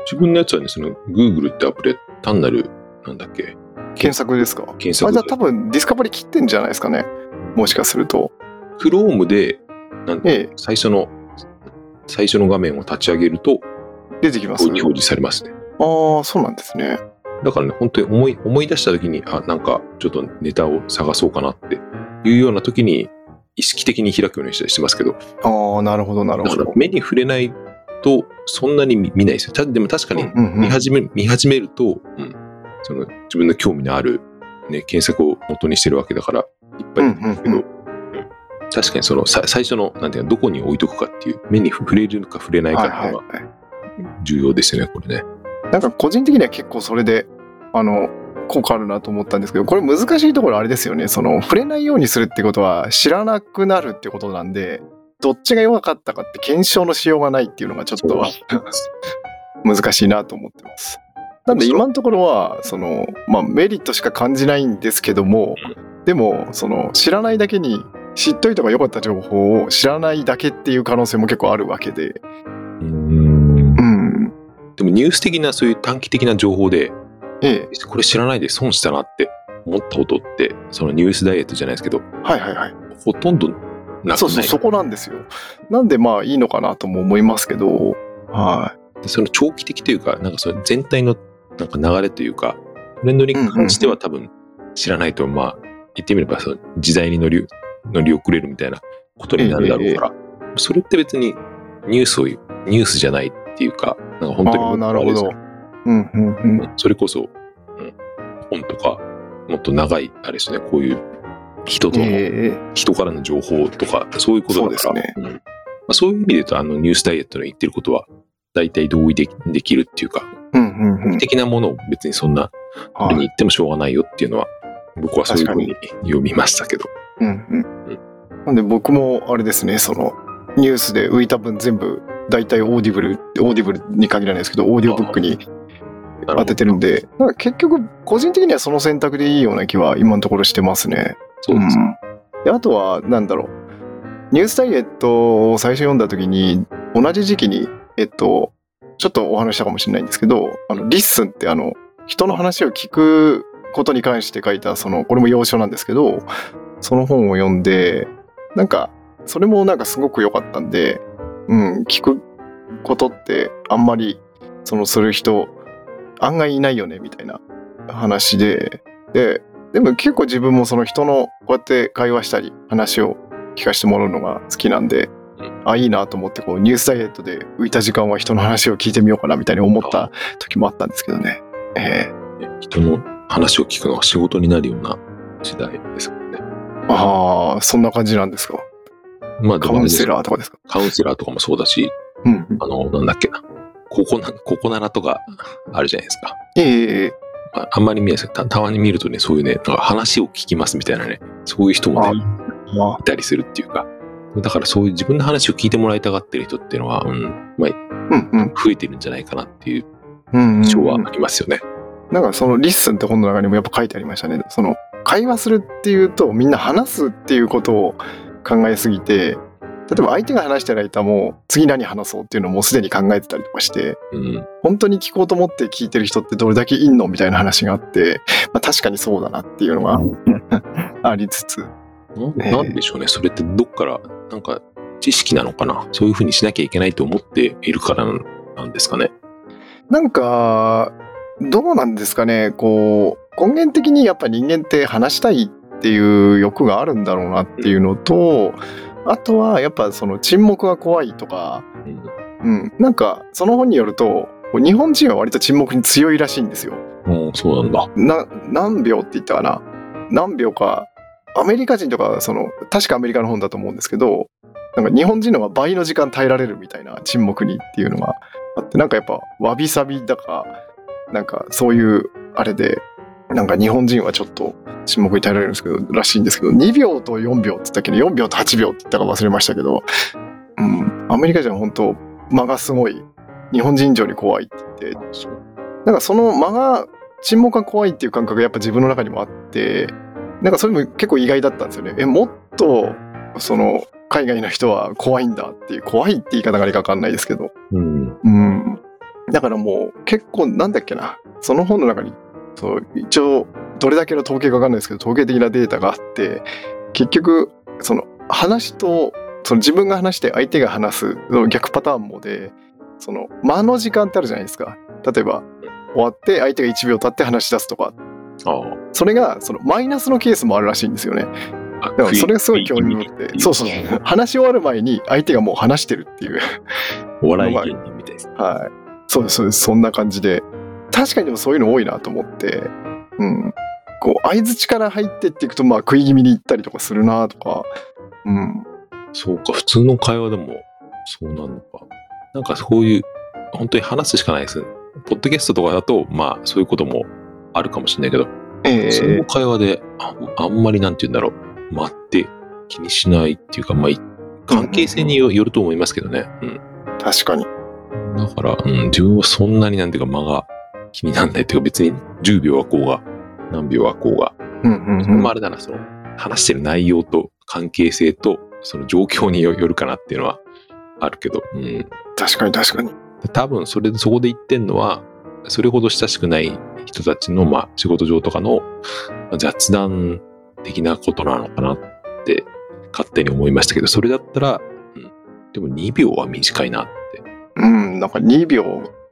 Speaker 2: 自分のやつはね、その Google ってアプリは単なる、なんだっけ、
Speaker 1: 検索ですか
Speaker 2: 検
Speaker 1: あ、
Speaker 2: 索
Speaker 1: じゃあ多分ディスカバリー切ってんじゃないですかね。もしかすると。
Speaker 2: Chrome で、なんて
Speaker 1: ええ、
Speaker 2: 最初の、最初の画面を立ち上げると、
Speaker 1: 出てきます。
Speaker 2: 表示されますね。
Speaker 1: ああ、そうなんですね。
Speaker 2: だからね、本当に思い、思い出した時に、あ、なんか、ちょっとネタを探そうかなっていうような時に、意識的に開くようにしたりしてますけど、
Speaker 1: ああ、なるほど、なる
Speaker 2: だ
Speaker 1: ほ
Speaker 2: から
Speaker 1: ど。
Speaker 2: 目に触れないと、そんなに見見ないですよ。たでも確かに、
Speaker 1: うんうんう
Speaker 2: 見
Speaker 1: ん
Speaker 2: 始め、見始めると、うん、その自分の興味のある、ね、検索を元にしてるわけだから、いっぱい出てくるけ
Speaker 1: う
Speaker 2: ど、
Speaker 1: んうん
Speaker 2: うん確かにそのさ最初の、なんていうの、どこに置いとくかっていう、目に触れるか触れないか
Speaker 1: は
Speaker 2: っ
Speaker 1: い
Speaker 2: て
Speaker 1: はいいう
Speaker 2: の
Speaker 1: は
Speaker 2: が重要ですよね、これね。
Speaker 1: い。なんか個人的には結構それで、あの、効果あるなと思ったんですけど、これ難しいところあれですよね。その、触れないようにするってことは知らなくなるってことなんで、どっちが弱かったかって検証のしようがないっていうのがちょっと 難しいなと思ってます。なんで今のところはその、まあ、メリットしか感じないんですけどもでもその知らないだけに知っといた方が良かった情報を知らないだけっていう可能性も結構あるわけで、
Speaker 2: うん
Speaker 1: うん、
Speaker 2: でもニュース的なそういう短期的な情報で、
Speaker 1: ええ
Speaker 2: これ知らないで損したなって思ったことって、そのニュースダイエットじゃないですけど、
Speaker 1: はいはいはい
Speaker 2: ほとんどなくない。
Speaker 1: そうそうそこなんですよなんでまあいいのかなとも思いますけどは
Speaker 2: でその長期的というか、なんかその全体のなんか流れというか、トレンドに関しては多分知らないと、まあ、言ってみればその時代に乗り乗り遅れるみたいなことになるだろうから、それって別にニュースを、ニュースじゃないっていうか、なんか
Speaker 1: い
Speaker 2: 本当に
Speaker 1: あ
Speaker 2: も
Speaker 1: あ
Speaker 2: っと
Speaker 1: な
Speaker 2: あ
Speaker 1: る
Speaker 2: れ
Speaker 1: ほ
Speaker 2: です
Speaker 1: ど
Speaker 2: よ、
Speaker 1: うんうんうん
Speaker 2: うんそれこそ、うん本とか、もっと長い、あれですね、こういう人との、
Speaker 1: ええ
Speaker 2: 人からの情報とか、そういうことだから、
Speaker 1: そうですね
Speaker 2: うんまあ、そういう意味で言うと、あのニュースダイエットの言ってることは、大体同意できできるっていうか、
Speaker 1: うんうんうん
Speaker 2: 的なものを別にそんな、こ
Speaker 1: は
Speaker 2: れに
Speaker 1: い
Speaker 2: 言ってもしょうがないよっていうのは、僕はそういうふうに読みましたけど。
Speaker 1: うんうんなんで僕もあれですねそのニュースで浮いた分全部大体オーディブルオーディブルに限らないですけどオーディオブックに
Speaker 2: なる
Speaker 1: 当
Speaker 2: ほ
Speaker 1: て
Speaker 2: ど
Speaker 1: てるんでなんか結局個人的にはその選択でいいような気は今のところしてますね。
Speaker 2: そうです。
Speaker 1: うんであとはなんだろうニュースダイエットを最初読んだ時に同じ時期にえっとちょっとお話ししたかもしれないんですけどあのリッスンってあの人の話を聞くことに関して書いたそのこれも要所なんですけどその本を読んでなんかそれもなんかすごく良かったんで、うん、聞くことってあんまりそのする人案外いないよねみたいな話でででも結構自分もその人のこうやって会話したり話を聞かせてもらうのが好きなんで、
Speaker 2: うん
Speaker 1: あいいなと思ってこうニュースダイエットで浮いた時間は人の話を聞いてみようかなみたいに思った時もあったんですけどね。え
Speaker 2: 人の話を聞くのが仕事になるような時代ですからね。
Speaker 1: えああそんな感じなんですか。
Speaker 2: まあ、で
Speaker 1: カ
Speaker 2: も
Speaker 1: ウ
Speaker 2: あれ
Speaker 1: ン
Speaker 2: です
Speaker 1: セラーとかですか。
Speaker 2: カウンセラーとかもそうだし、
Speaker 1: うんうん。
Speaker 2: あの、なんだっけな。ここな、ここならとか、あるじゃないですか。
Speaker 1: えええ
Speaker 2: まあ、あんまり見ないですけど、たたまに見るとね、そういうね、なんか話を聞きますみたいなね、そういう人もね、
Speaker 1: えまあ
Speaker 2: いたりするっていうか、だからそういう自分の話を聞いてもらいたがってる人っていうのは、うん、まあ、
Speaker 1: うんうん
Speaker 2: 増えてるんじゃないかなっていう
Speaker 1: うんうん。
Speaker 2: 印象はありますよね。
Speaker 1: なんかそのリッスンって本の中にもやっぱ書いてありましたね。その会話するっていうとみんな話すっていうことを考えすぎて、例えば相手が話してる間も次何話そうっていうのをもうすでに考えてたりとかして、
Speaker 2: うん、
Speaker 1: 本当に聞こうと思って聞いてる人ってどれだけいんのみたいな話があって、まあ確かにそうだなっていうのが ありつつ。
Speaker 2: ななんでしょうね、それってどっから、なんか知識なのかな、そういうふうにしなきゃいけないと思っているからなんですかね。
Speaker 1: なんか、どうなんですかね、こう、根源的にやっぱ人間って話したいっていう欲があるんだろうなっていうのと、あとはやっぱその沈黙が怖いとか、
Speaker 2: うん
Speaker 1: うん、なんかその本によると、こう日本人は割と沈黙に強いらしいんですよ。
Speaker 2: うん、そうなんだ。
Speaker 1: な何秒って言ったかな何秒かアメリカ人とかその確かアメリカの本だと思うんですけどなんか日本人の方が倍の時間耐えられるみたいな沈黙にっていうのがあってなんかやっぱわびさびだかなんかそういうあれでなんか日本人はちょっと沈黙に耐えられるんですけどらしいんですけど2秒と4秒って言ったっけど4秒と8秒って言ったか忘れましたけど、うん、アメリカ人は本当間がすごい日本人以上に怖いって言って
Speaker 2: そう
Speaker 1: なんかその間が沈黙が怖いっていう感覚がやっぱ自分の中にもあってなんかそれも結構意外だったんですよね。えもっとその海外の人は怖いんだっていう怖いって言い方があれかわかんないですけど
Speaker 2: うん。
Speaker 1: うん。だからもう結構なんだっけな、その本の中に、そう、一応どれだけの統計かわかんないですけど、統計的なデータがあって、結局、その話と、その自分が話して相手が話すその逆パターンもで、その間の時間ってあるじゃないですか。例えば、終わって相手が1秒経って話し出すとか、
Speaker 2: ああ。
Speaker 1: それがそのマイナスのケースもあるらしいんですよね。
Speaker 2: あ
Speaker 1: だからそれがすごい興味
Speaker 2: 食い
Speaker 1: 深
Speaker 2: 気
Speaker 1: く、
Speaker 2: 味ってて
Speaker 1: そうそう、話し終わる前に相手がもう話してるっていう。
Speaker 2: お笑い芸人みたいです。
Speaker 1: はい。そうです、そうです。そんな感じで。確かにでもそういうの多いなと思って。うん。こう、相槌から入ってっていくと、まあ、食い気味に行ったりとかするなとか。うん。
Speaker 2: そうか、普通の会話でもそうなるのか。なんかそういう、本当に話すしかないですね。ポッドキャストとかだと、まあそういうこともあるかもしれないけど、
Speaker 1: ええ
Speaker 2: その会話でああんまりなんて言うんだろう、待って気にしないっていうか、まあい関係性によよると思いますけどね。うん。
Speaker 1: 確かに。
Speaker 2: だから、うん、自分はそんなになんていうか間が気にならないっていうか、別に10秒はこうが、何秒はこうが、
Speaker 1: うんうんうん
Speaker 2: まああれだな、その話してる内容と関係性とその状況によよるかなっていうのはあるけど、うん、
Speaker 1: 確かに確かに。
Speaker 2: 多分それそこで言ってんのは、それほど親しくない人たちの、まあ、仕事上とかのまあ雑談的なことなのかなって勝手に思いましたけど、それだったら、うん、でも2秒は短いなって。
Speaker 1: うん、なんか2秒、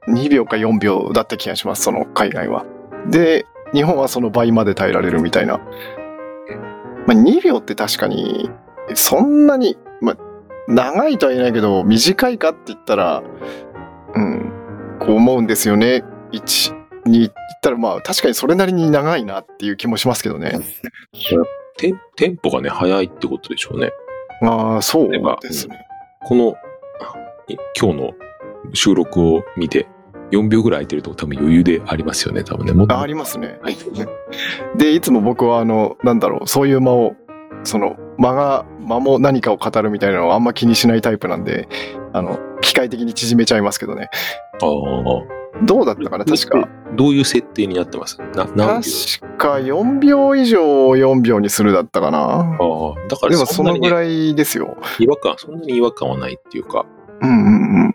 Speaker 1: 2秒か4秒だった気がします、その海外は。で、日本はその倍まで耐えられるみたいな。まあ、2秒って確かに、そんなに、まあ、長いとは言えないけど、短いかって言ったら、うん、こう思うんですよね。1、2言ったら、まあ、確かにそれなりに長いなっていう気もしますけどね。
Speaker 2: テンテンポがね、早いってことでしょうね。
Speaker 1: ああ、そうですね。
Speaker 2: このい今日の収録を見て、4秒ぐらい空いてると多分余裕でありますよね、多分ね。もっと
Speaker 1: あありますね。
Speaker 2: はい。
Speaker 1: でいつも僕はあのなんだろうそういう間をその間が間も何かを語るみたいなのをあんま気にしないタイプなんであの機械的に縮めちゃいますけどね
Speaker 2: ああ。
Speaker 1: どうだったかな確か。
Speaker 2: どういう設定になってますな何秒
Speaker 1: 確か4秒以上を4秒にするだったかな
Speaker 2: ああ。だか
Speaker 1: で
Speaker 2: ら
Speaker 1: も
Speaker 2: そ
Speaker 1: そ
Speaker 2: んな
Speaker 1: の
Speaker 2: に
Speaker 1: ぐ
Speaker 2: ね
Speaker 1: らいですよ
Speaker 2: 違和感、そんなに違和感はないっていうか、
Speaker 1: うんうんうん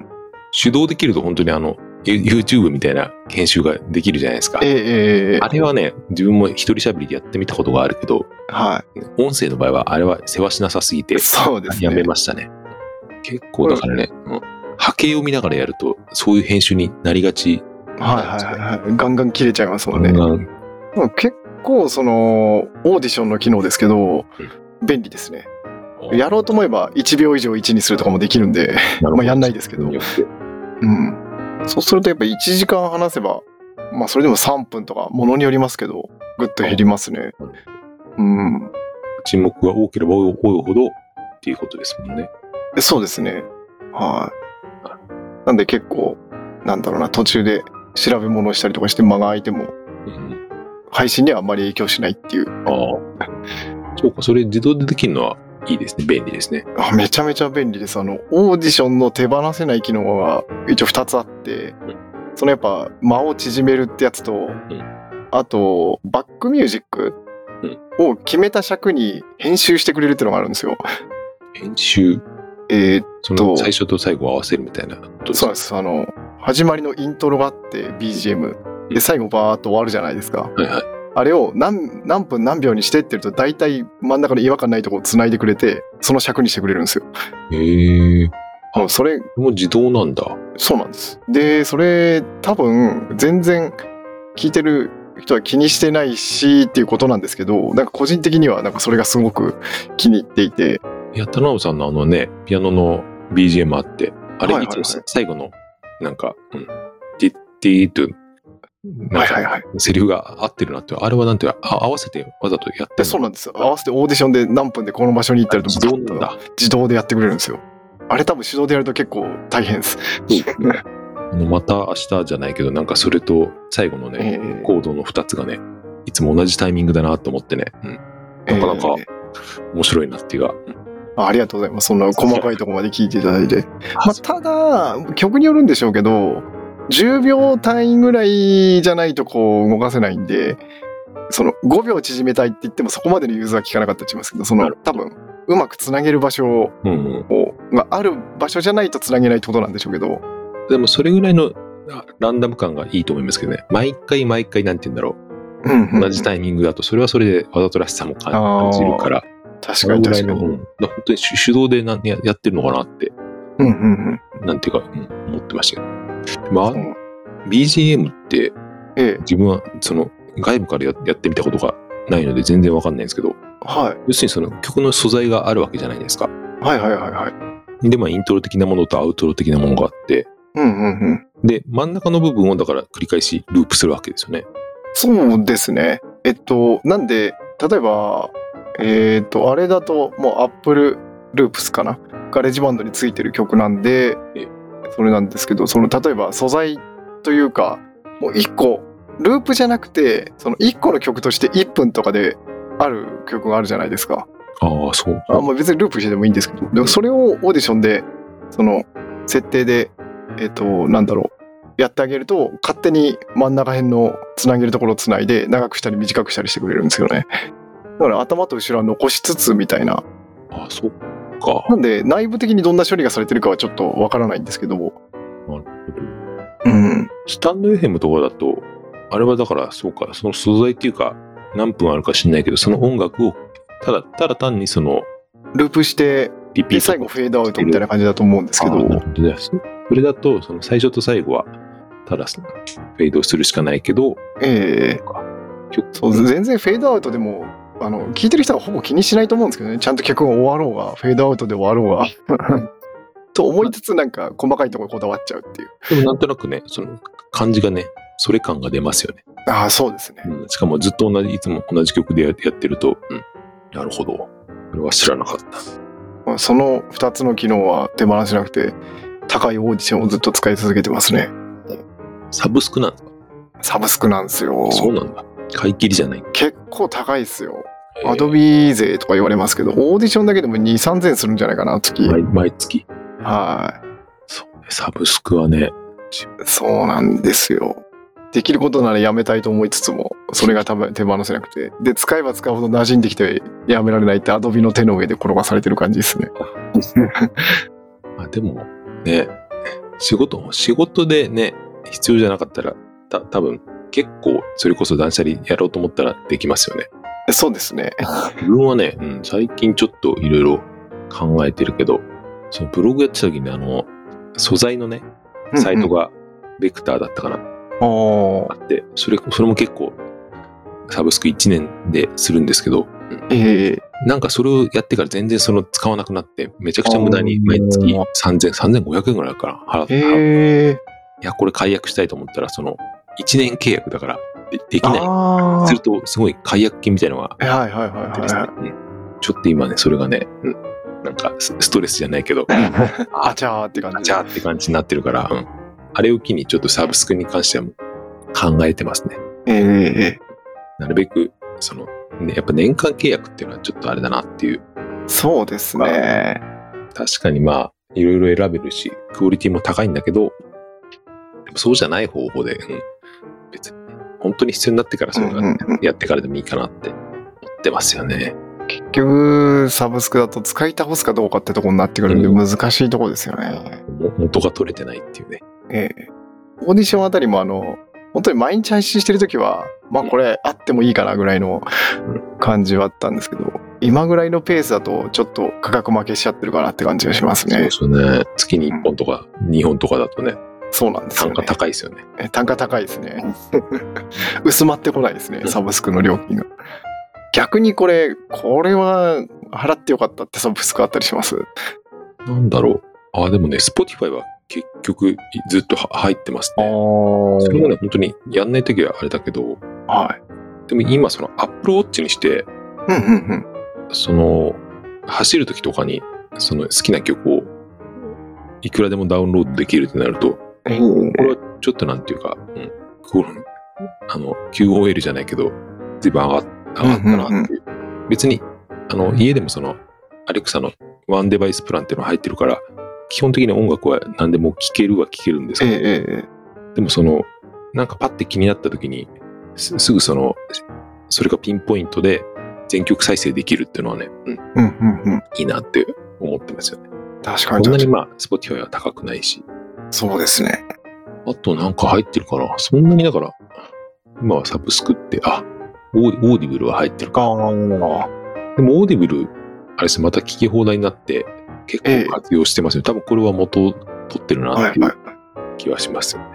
Speaker 2: 手動できると本当にあの、You- YouTube みたいな研修ができるじゃないですか
Speaker 1: え。えええ
Speaker 2: あれはね、自分も一人喋りでやってみたことがあるけど、
Speaker 1: は
Speaker 2: 音声の場合はあれは世話しなさすぎて
Speaker 1: い、そうですね
Speaker 2: やめましたね。結構だからね、うん波形を見ながらやると、そういう編集になりがち。
Speaker 1: はいはいはいはいガンガン切れちゃいますもんね、
Speaker 2: うん
Speaker 1: まあ結構そのオーディションの機能ですけど便利ですねやろうと思えば1秒以上1にするとかもできるんで、
Speaker 2: るほど
Speaker 1: まあやんないですけど、
Speaker 2: によって
Speaker 1: うん、そうするとやっぱ1時間話せば、まあそれでも3分とか、ものによりますけど、ぐっと減りますね。うん、
Speaker 2: 沈黙が多ければ多いほどっていうことですもんね。
Speaker 1: そうですね。はい。なんで結構、なんだろうな、途中で調べ物をしたりとかして間が空いても、
Speaker 2: うん、
Speaker 1: 配信にはあんまり影響しないっていう、
Speaker 2: ああ。そうか、それ自動でできるのはいいですね。便利ですね。
Speaker 1: あめちゃめちゃ便利です。あの、オーディションの手放せない機能が一応2つあって、そのやっぱ間を縮めるってやつと、
Speaker 2: ん
Speaker 1: あと、バックミュージックを決めた尺に編集してくれるってのがあるんですよ。
Speaker 2: 編集、
Speaker 1: えー
Speaker 2: その
Speaker 1: と
Speaker 2: 最初と最後を合わせるみたいなこと
Speaker 1: そう
Speaker 2: か
Speaker 1: なんです。あの、始まりのイントロがあって、BGM。
Speaker 2: う
Speaker 1: で、
Speaker 2: ん
Speaker 1: 最後バーっと終わるじゃないですか。
Speaker 2: はいはい。
Speaker 1: あれを何何分何秒にしてって言うと、大体真ん中の違和感ないとこを繋いでくれて、その尺にしてくれるんですよ。
Speaker 2: へえ。
Speaker 1: あのそれ
Speaker 2: もう自動なんだ。
Speaker 1: そうなんです。で、それ多分全然聞いてる人は気にしてないしっていうことなんですけど、なんか個人的にはなんかそれがすごく気に入っていて、
Speaker 2: いや、田辺さんのあのね、ピアノの BGM あって、あ
Speaker 1: は
Speaker 2: れ
Speaker 1: い
Speaker 2: い
Speaker 1: はいは
Speaker 2: つ
Speaker 1: い
Speaker 2: もさ最後の、なんか、うん、ディッディッと、な
Speaker 1: は
Speaker 2: ん
Speaker 1: いはい
Speaker 2: か、
Speaker 1: はい。
Speaker 2: セリフが合ってるなって、あれはなんていうか、あ合わせてわざとやっ
Speaker 1: で
Speaker 2: てる
Speaker 1: そう
Speaker 2: の
Speaker 1: なんです。合わせてオーディションで何分でこの場所に行ったりと
Speaker 2: 自動なんだ。
Speaker 1: 自動でやってくれるんですよ。あれ多分手動でやると結構大変です。
Speaker 2: あのまた明日じゃないけど、なんかそれと最後のね、
Speaker 1: え
Speaker 2: コードの2つがね、いつも同じタイミングだなと思ってね、うん、
Speaker 1: え
Speaker 2: なかなか
Speaker 1: ええ
Speaker 2: 面白いなっていうか、うん
Speaker 1: あありがとうございます。そんな細かいところまで聞いていただいて。
Speaker 2: あ
Speaker 1: まあ、ただ、曲によるんでしょうけど、10秒単位ぐらいじゃないとこう動かせないんで、その5秒縮めたいって言ってもそこまでの融通は効かなかったりしますけど、そ
Speaker 2: な
Speaker 1: の
Speaker 2: る
Speaker 1: 多分、うまくつなげる場所を
Speaker 2: うんうん、
Speaker 1: がある場所じゃないとつなげないってことなんでしょうけど、
Speaker 2: でもそれぐらいのあランダム感がいいと思いますけどね。毎回毎回なんて言うんだろ
Speaker 1: うんうん
Speaker 2: う。同じタイミングだと、それはそれでわざとらしさも感
Speaker 1: あー
Speaker 2: 感じるから、
Speaker 1: 確かに確か
Speaker 2: の、
Speaker 1: に。
Speaker 2: うん、だから本当に手手動でなんややってるのかなって、
Speaker 1: うんうん
Speaker 2: なんていうか、うん思ってましたけど。ま
Speaker 1: う
Speaker 2: あ、
Speaker 1: ん。
Speaker 2: BGM って
Speaker 1: ええ、
Speaker 2: 自分はその外部からややってみたことがないので全然わかんないんですけど、
Speaker 1: はい。
Speaker 2: 要するにその曲の素材があるわけじゃないですか。
Speaker 1: はいはいはいはい。
Speaker 2: で、まあイントロ的なものとアウトロ的なものがあって、
Speaker 1: うんうんうん。
Speaker 2: で、真ん中の部分をだから繰り返しループするわけですよね。
Speaker 1: そうですね。えっと、なんで、例えば、えっと、あれだと、もう Apple Loops かな。ガレージバンドについてる曲なんで
Speaker 2: ええ、
Speaker 1: それなんですけど、その、例えば素材というか、もう一個、ループじゃなくて、その一個の曲として1分とかである曲があるじゃないですか。
Speaker 2: ああ、そう。
Speaker 1: あまあ、別にループしてでもいいんですけど、でもそれをオーディションで、その、設定で、えっ、と、なんだろう、やってあげると、勝手に真ん中辺のつなげるところをつないで、長くしたり短くしたりしてくれるんですよね。だから頭と後ろは残しつつみたいな。
Speaker 2: ああ、そっか。
Speaker 1: なんで、内部的にどんな処理がされてるかはちょっとわからないんですけど、
Speaker 2: う
Speaker 1: う
Speaker 2: ん
Speaker 1: ん。
Speaker 2: スタンド FM とかだと、あれはだから、そうか、その素材っていうか、何分あるか知んないけど、その音楽を、ただ、ただ単にその、
Speaker 1: ループして、
Speaker 2: リピ
Speaker 1: で
Speaker 2: ート。
Speaker 1: 最後フェードアウトみたいな感じだと思うんですけ
Speaker 2: ああ
Speaker 1: ど、
Speaker 2: なるほどねそそれだと、その最初と最後は、ただ、フェードするしかないけど、
Speaker 1: ええ
Speaker 2: 曲
Speaker 1: そう全然フェードアウトでも、あの、聞いてる人はほぼ気にしないと思うんですけどね。ちゃんと曲が終わろうが、フェードアウトで終わろうが。 と思いつつ、なんか、細かいところにこだわっちゃうっていう。
Speaker 2: でもなんとなくね、その感じがね、それ感が出ますよね。
Speaker 1: ああ、そうですね。
Speaker 2: うんしかもずっと同じ、いつも同じ曲でややってると、うん、なるほど。これは知らなかった。
Speaker 1: まあその2つの機能は手放しなくて、高いオーディションをずっと使い続けてますね。
Speaker 2: サブスクなんだ。
Speaker 1: サブスクなんですよ。
Speaker 2: そうなんだ。買い切りじゃない。
Speaker 1: 結構高いですよ。
Speaker 2: えー
Speaker 1: アドビ税とか言われますけど、オーディションだけでも2、3000するんじゃないかな、月。はい。
Speaker 2: 毎毎月。そうね。サブスクはね、
Speaker 1: そうなんですよ。できることならやめたいと思いつつも、それが多分手放せなくて。で、使えば使うほど馴染んできてやめられないって、アドビの手の上で転がされてる感じですね。
Speaker 2: まあでも、ね、仕事、仕事でね、必要じゃなかったら、た多分結構、それこそ断捨離やろうと思ったらできますよね。
Speaker 1: そうですね。
Speaker 2: 自分はね、うん、最近ちょっといろいろ考えてるけど、そのブログやってた時にあの、素材のね、サイトがベクターだったかな、
Speaker 1: うんうん。あ
Speaker 2: あって、それ、それも結構、サブスク1年でするんですけど、うん
Speaker 1: ーええ
Speaker 2: なんかそれをやってから全然その使わなくなって、めちゃくちゃ無駄に毎月
Speaker 1: あー
Speaker 2: 3000、3500円ぐらいかな、払って、払っ
Speaker 1: ええ
Speaker 2: いや、これ解約したいと思ったら、その、1年契約だから、でできない。
Speaker 1: あ
Speaker 2: すると、すごい解約金みたいなのが
Speaker 1: あ。はいはい
Speaker 2: あって
Speaker 1: は
Speaker 2: で
Speaker 1: い
Speaker 2: すね
Speaker 1: は
Speaker 2: うんちょっと今ね、それがね、うんなんかスストレスじゃないけど、
Speaker 1: い。
Speaker 2: あ
Speaker 1: あちゃーって感じ。
Speaker 2: じゃあって感じになってるから、うんあれを機にちょっとサブスクに関してはもう考えてますね。
Speaker 1: えええ
Speaker 2: なるべく、その、ね、やっぱ年間契約っていうのはちょっとあれだなっていう。
Speaker 1: えそうですね。
Speaker 2: 確かにまあ、いろいろ選べるし、クオリティも高いんだけど、でもそうじゃない方法で、うん別に、本当に必要になってからそれが
Speaker 1: うんうんうん
Speaker 2: やってからでもいいかなって思ってますよね。
Speaker 1: 結局、サブスクだと使い倒すかどうかってとこになってくるんで、
Speaker 2: う
Speaker 1: 難しいとこですよね。
Speaker 2: も元が取れてないっていうね。
Speaker 1: ええオーディションあたりもあの、本当に毎日配信してるときは、まあこれあってもいいかなぐらいの感じはあったんですけど、今ぐらいのペースだとちょっと価格負けしちゃってるかなって感じがしますね。
Speaker 2: そうですよね。月に1本とか2本とかだとね、
Speaker 1: そうなんですよ、
Speaker 2: 単
Speaker 1: ね。
Speaker 2: 価高いですよね。
Speaker 1: え単価高いですね。薄まってこないですね、サブスクの料金が。逆にこれ、これは払ってよかったってサブスクあったりします。
Speaker 2: なんだろう。あ、でもね、Spotify は結局ずっとは入ってますね。それもね、本当にやんないときはあれだけど、
Speaker 1: はい。
Speaker 2: でも今その Apple Watch にして、
Speaker 1: うんうん
Speaker 2: その、走るときとかに、その好きな曲をいくらでもダウンロードできるってなると、
Speaker 1: うん。
Speaker 2: これはちょっとなんていうか、うん、このあの、QOL じゃないけど、随分上がっ上がったなっていう。別に、あの、家でもその、アレクサのワンデバイスプランっていうのが入ってるから、基本的に音楽は何でも聴けるは聴けるんです
Speaker 1: ええ
Speaker 2: けど、
Speaker 1: えええ
Speaker 2: でもその、なんかパッて気になった時に、すすぐその、それがピンポイントで、全曲再生できるっていうのはね、うん、
Speaker 1: うんうんうん。
Speaker 2: いいなって思ってますよね。
Speaker 1: 確
Speaker 2: こ
Speaker 1: か
Speaker 2: んな
Speaker 1: に
Speaker 2: に。まあ、Spotify は高くないし、
Speaker 1: そうですね。
Speaker 2: あとなんか入ってるかな。そんなにだから、今はサブスクって、あ、オーオーディブルは入ってるか。
Speaker 1: ああ。
Speaker 2: でもオーディブル、あれですね、また聞き放題になって、結
Speaker 1: ええ
Speaker 2: 構活用してますよ。多分これは元を取ってるな
Speaker 1: は
Speaker 2: って
Speaker 1: い
Speaker 2: い。
Speaker 1: はいう
Speaker 2: 気はしますよね。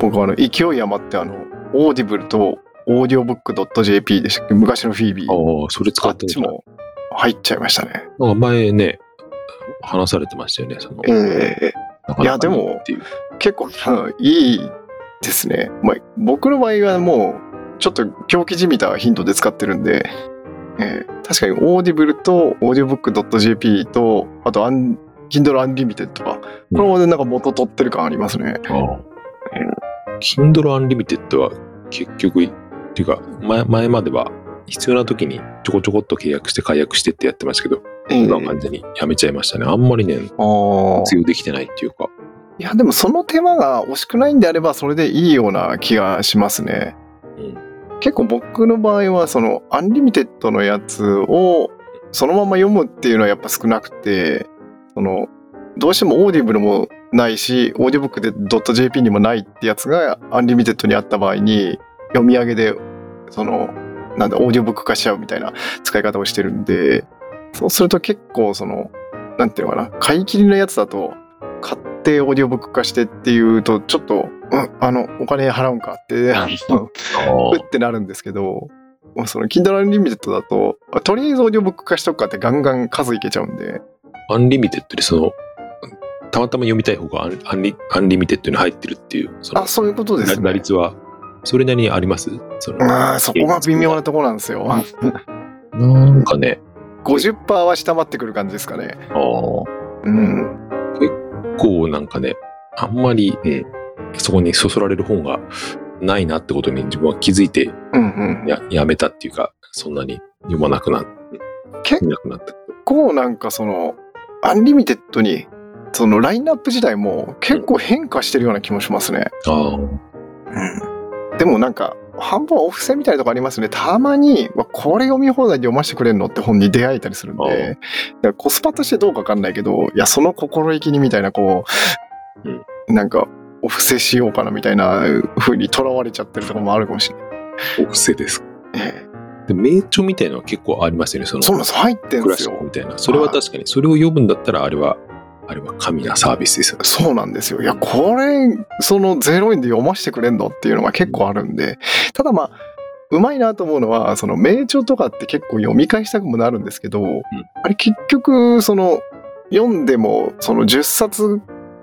Speaker 1: 僕はあの、勢い余ってあの、オーディブルとオーディオブック .jp でしたっけ昔のフィービー。
Speaker 2: ああ、それ使
Speaker 1: あ
Speaker 2: っ
Speaker 1: ってち
Speaker 2: る
Speaker 1: も入っちゃいましたね。
Speaker 2: なんか前ね、話されてましたよね、その。
Speaker 1: ええ
Speaker 2: なかなか
Speaker 1: いやでも
Speaker 2: っていう
Speaker 1: 結構うんいいですね。まあ、僕の場合はもうちょっと狂気じみたヒントで使ってるんで、えー確かにオーディブルとオーディオブック .jp とあとアン Kindle Unlimited とかこれもねなんか元取ってる感ありますね。
Speaker 2: ああ。Kindle Unlimited は結局、っていうか前、前までは必要な時にちょこちょこっと契約して解約してってやってましたけど、
Speaker 1: え
Speaker 2: 今は
Speaker 1: ー
Speaker 2: 完全にやめちゃいましたね。あんまり
Speaker 1: あ
Speaker 2: ね、
Speaker 1: ー
Speaker 2: 活用できてないっていうか。
Speaker 1: いやでもその手間が惜しくないんであればそれでいいような気がしますね。
Speaker 2: うん。
Speaker 1: 結構僕の場合はそのアンリミテッドのやつをそのまま読むっていうのはやっぱ少なくてそのどうしてもオーディブルもないしオーディブックで .jp にもないってやつがアンリミテッドにあった場合に読み上げでそのなんだオーディオブック化しちゃうみたいな使い方をしてるんでそうすると結構そのなんていうのかな買い切りのやつだと買ってオーディオブック化してっていうとちょっと、うん、あのお金払うんかってあの
Speaker 2: あ
Speaker 1: うってなるんですけど、もうその Kindle Unlimited だと、あとりあえずオーディオブック化しとくかってガンガン数いけちゃうんで、
Speaker 2: あ、アンリミテッドでその、たまたま読みたい方がアンアンリアンリミテッドに入ってるっていう、その
Speaker 1: あ、そういうことです
Speaker 2: 打
Speaker 1: ね。
Speaker 2: 率は、それなりにありますその
Speaker 1: あーそこが微妙なところなんですよ。
Speaker 2: なんかね、
Speaker 1: 50%は下回ってくる感じですかね。
Speaker 2: ああ。
Speaker 1: うん。
Speaker 2: こうなんかね、あんまり、うん、そこにそそられる本がないなってことに自分は気づいて
Speaker 1: うんうん。
Speaker 2: ややめたっていうか、そんなに読まなくなっ
Speaker 1: 結
Speaker 2: 見なくなった。
Speaker 1: 構なんかその、アンリミテッドに、そのラインナップ自体も結構変化してるような気もしますね。
Speaker 2: ああ、
Speaker 1: でもなんか、半分オフセみたいなとこありますね。たまに、わこれ読み放題で読ませてくれるのって本に出会えたりするん
Speaker 2: ああ
Speaker 1: で、だからコスパとしてどうかわかんないけど、いや、その心意気にみたいな、こう、
Speaker 2: うん
Speaker 1: なんか、お布施しようかなみたいな風にとらわれちゃってるとこもあるかもしれない。
Speaker 2: お布施です。
Speaker 1: ええ
Speaker 2: で、名著みたいのは結構ありますよね、その
Speaker 1: そうなんです。入ってん
Speaker 2: クラ
Speaker 1: です
Speaker 2: シック
Speaker 1: よ。
Speaker 2: みたいな。それは確かに、それを読むんだったら、あれは、あれは神なサービスですよね。
Speaker 1: そうなんですよ。いや、これ、その0円で読ませてくれんのっていうのが結構あるんで、ただまあ、うまいなと思うのは、その名著とかって結構読み返したくもなるんですけど、あれ結局、その、読んでも、その10冊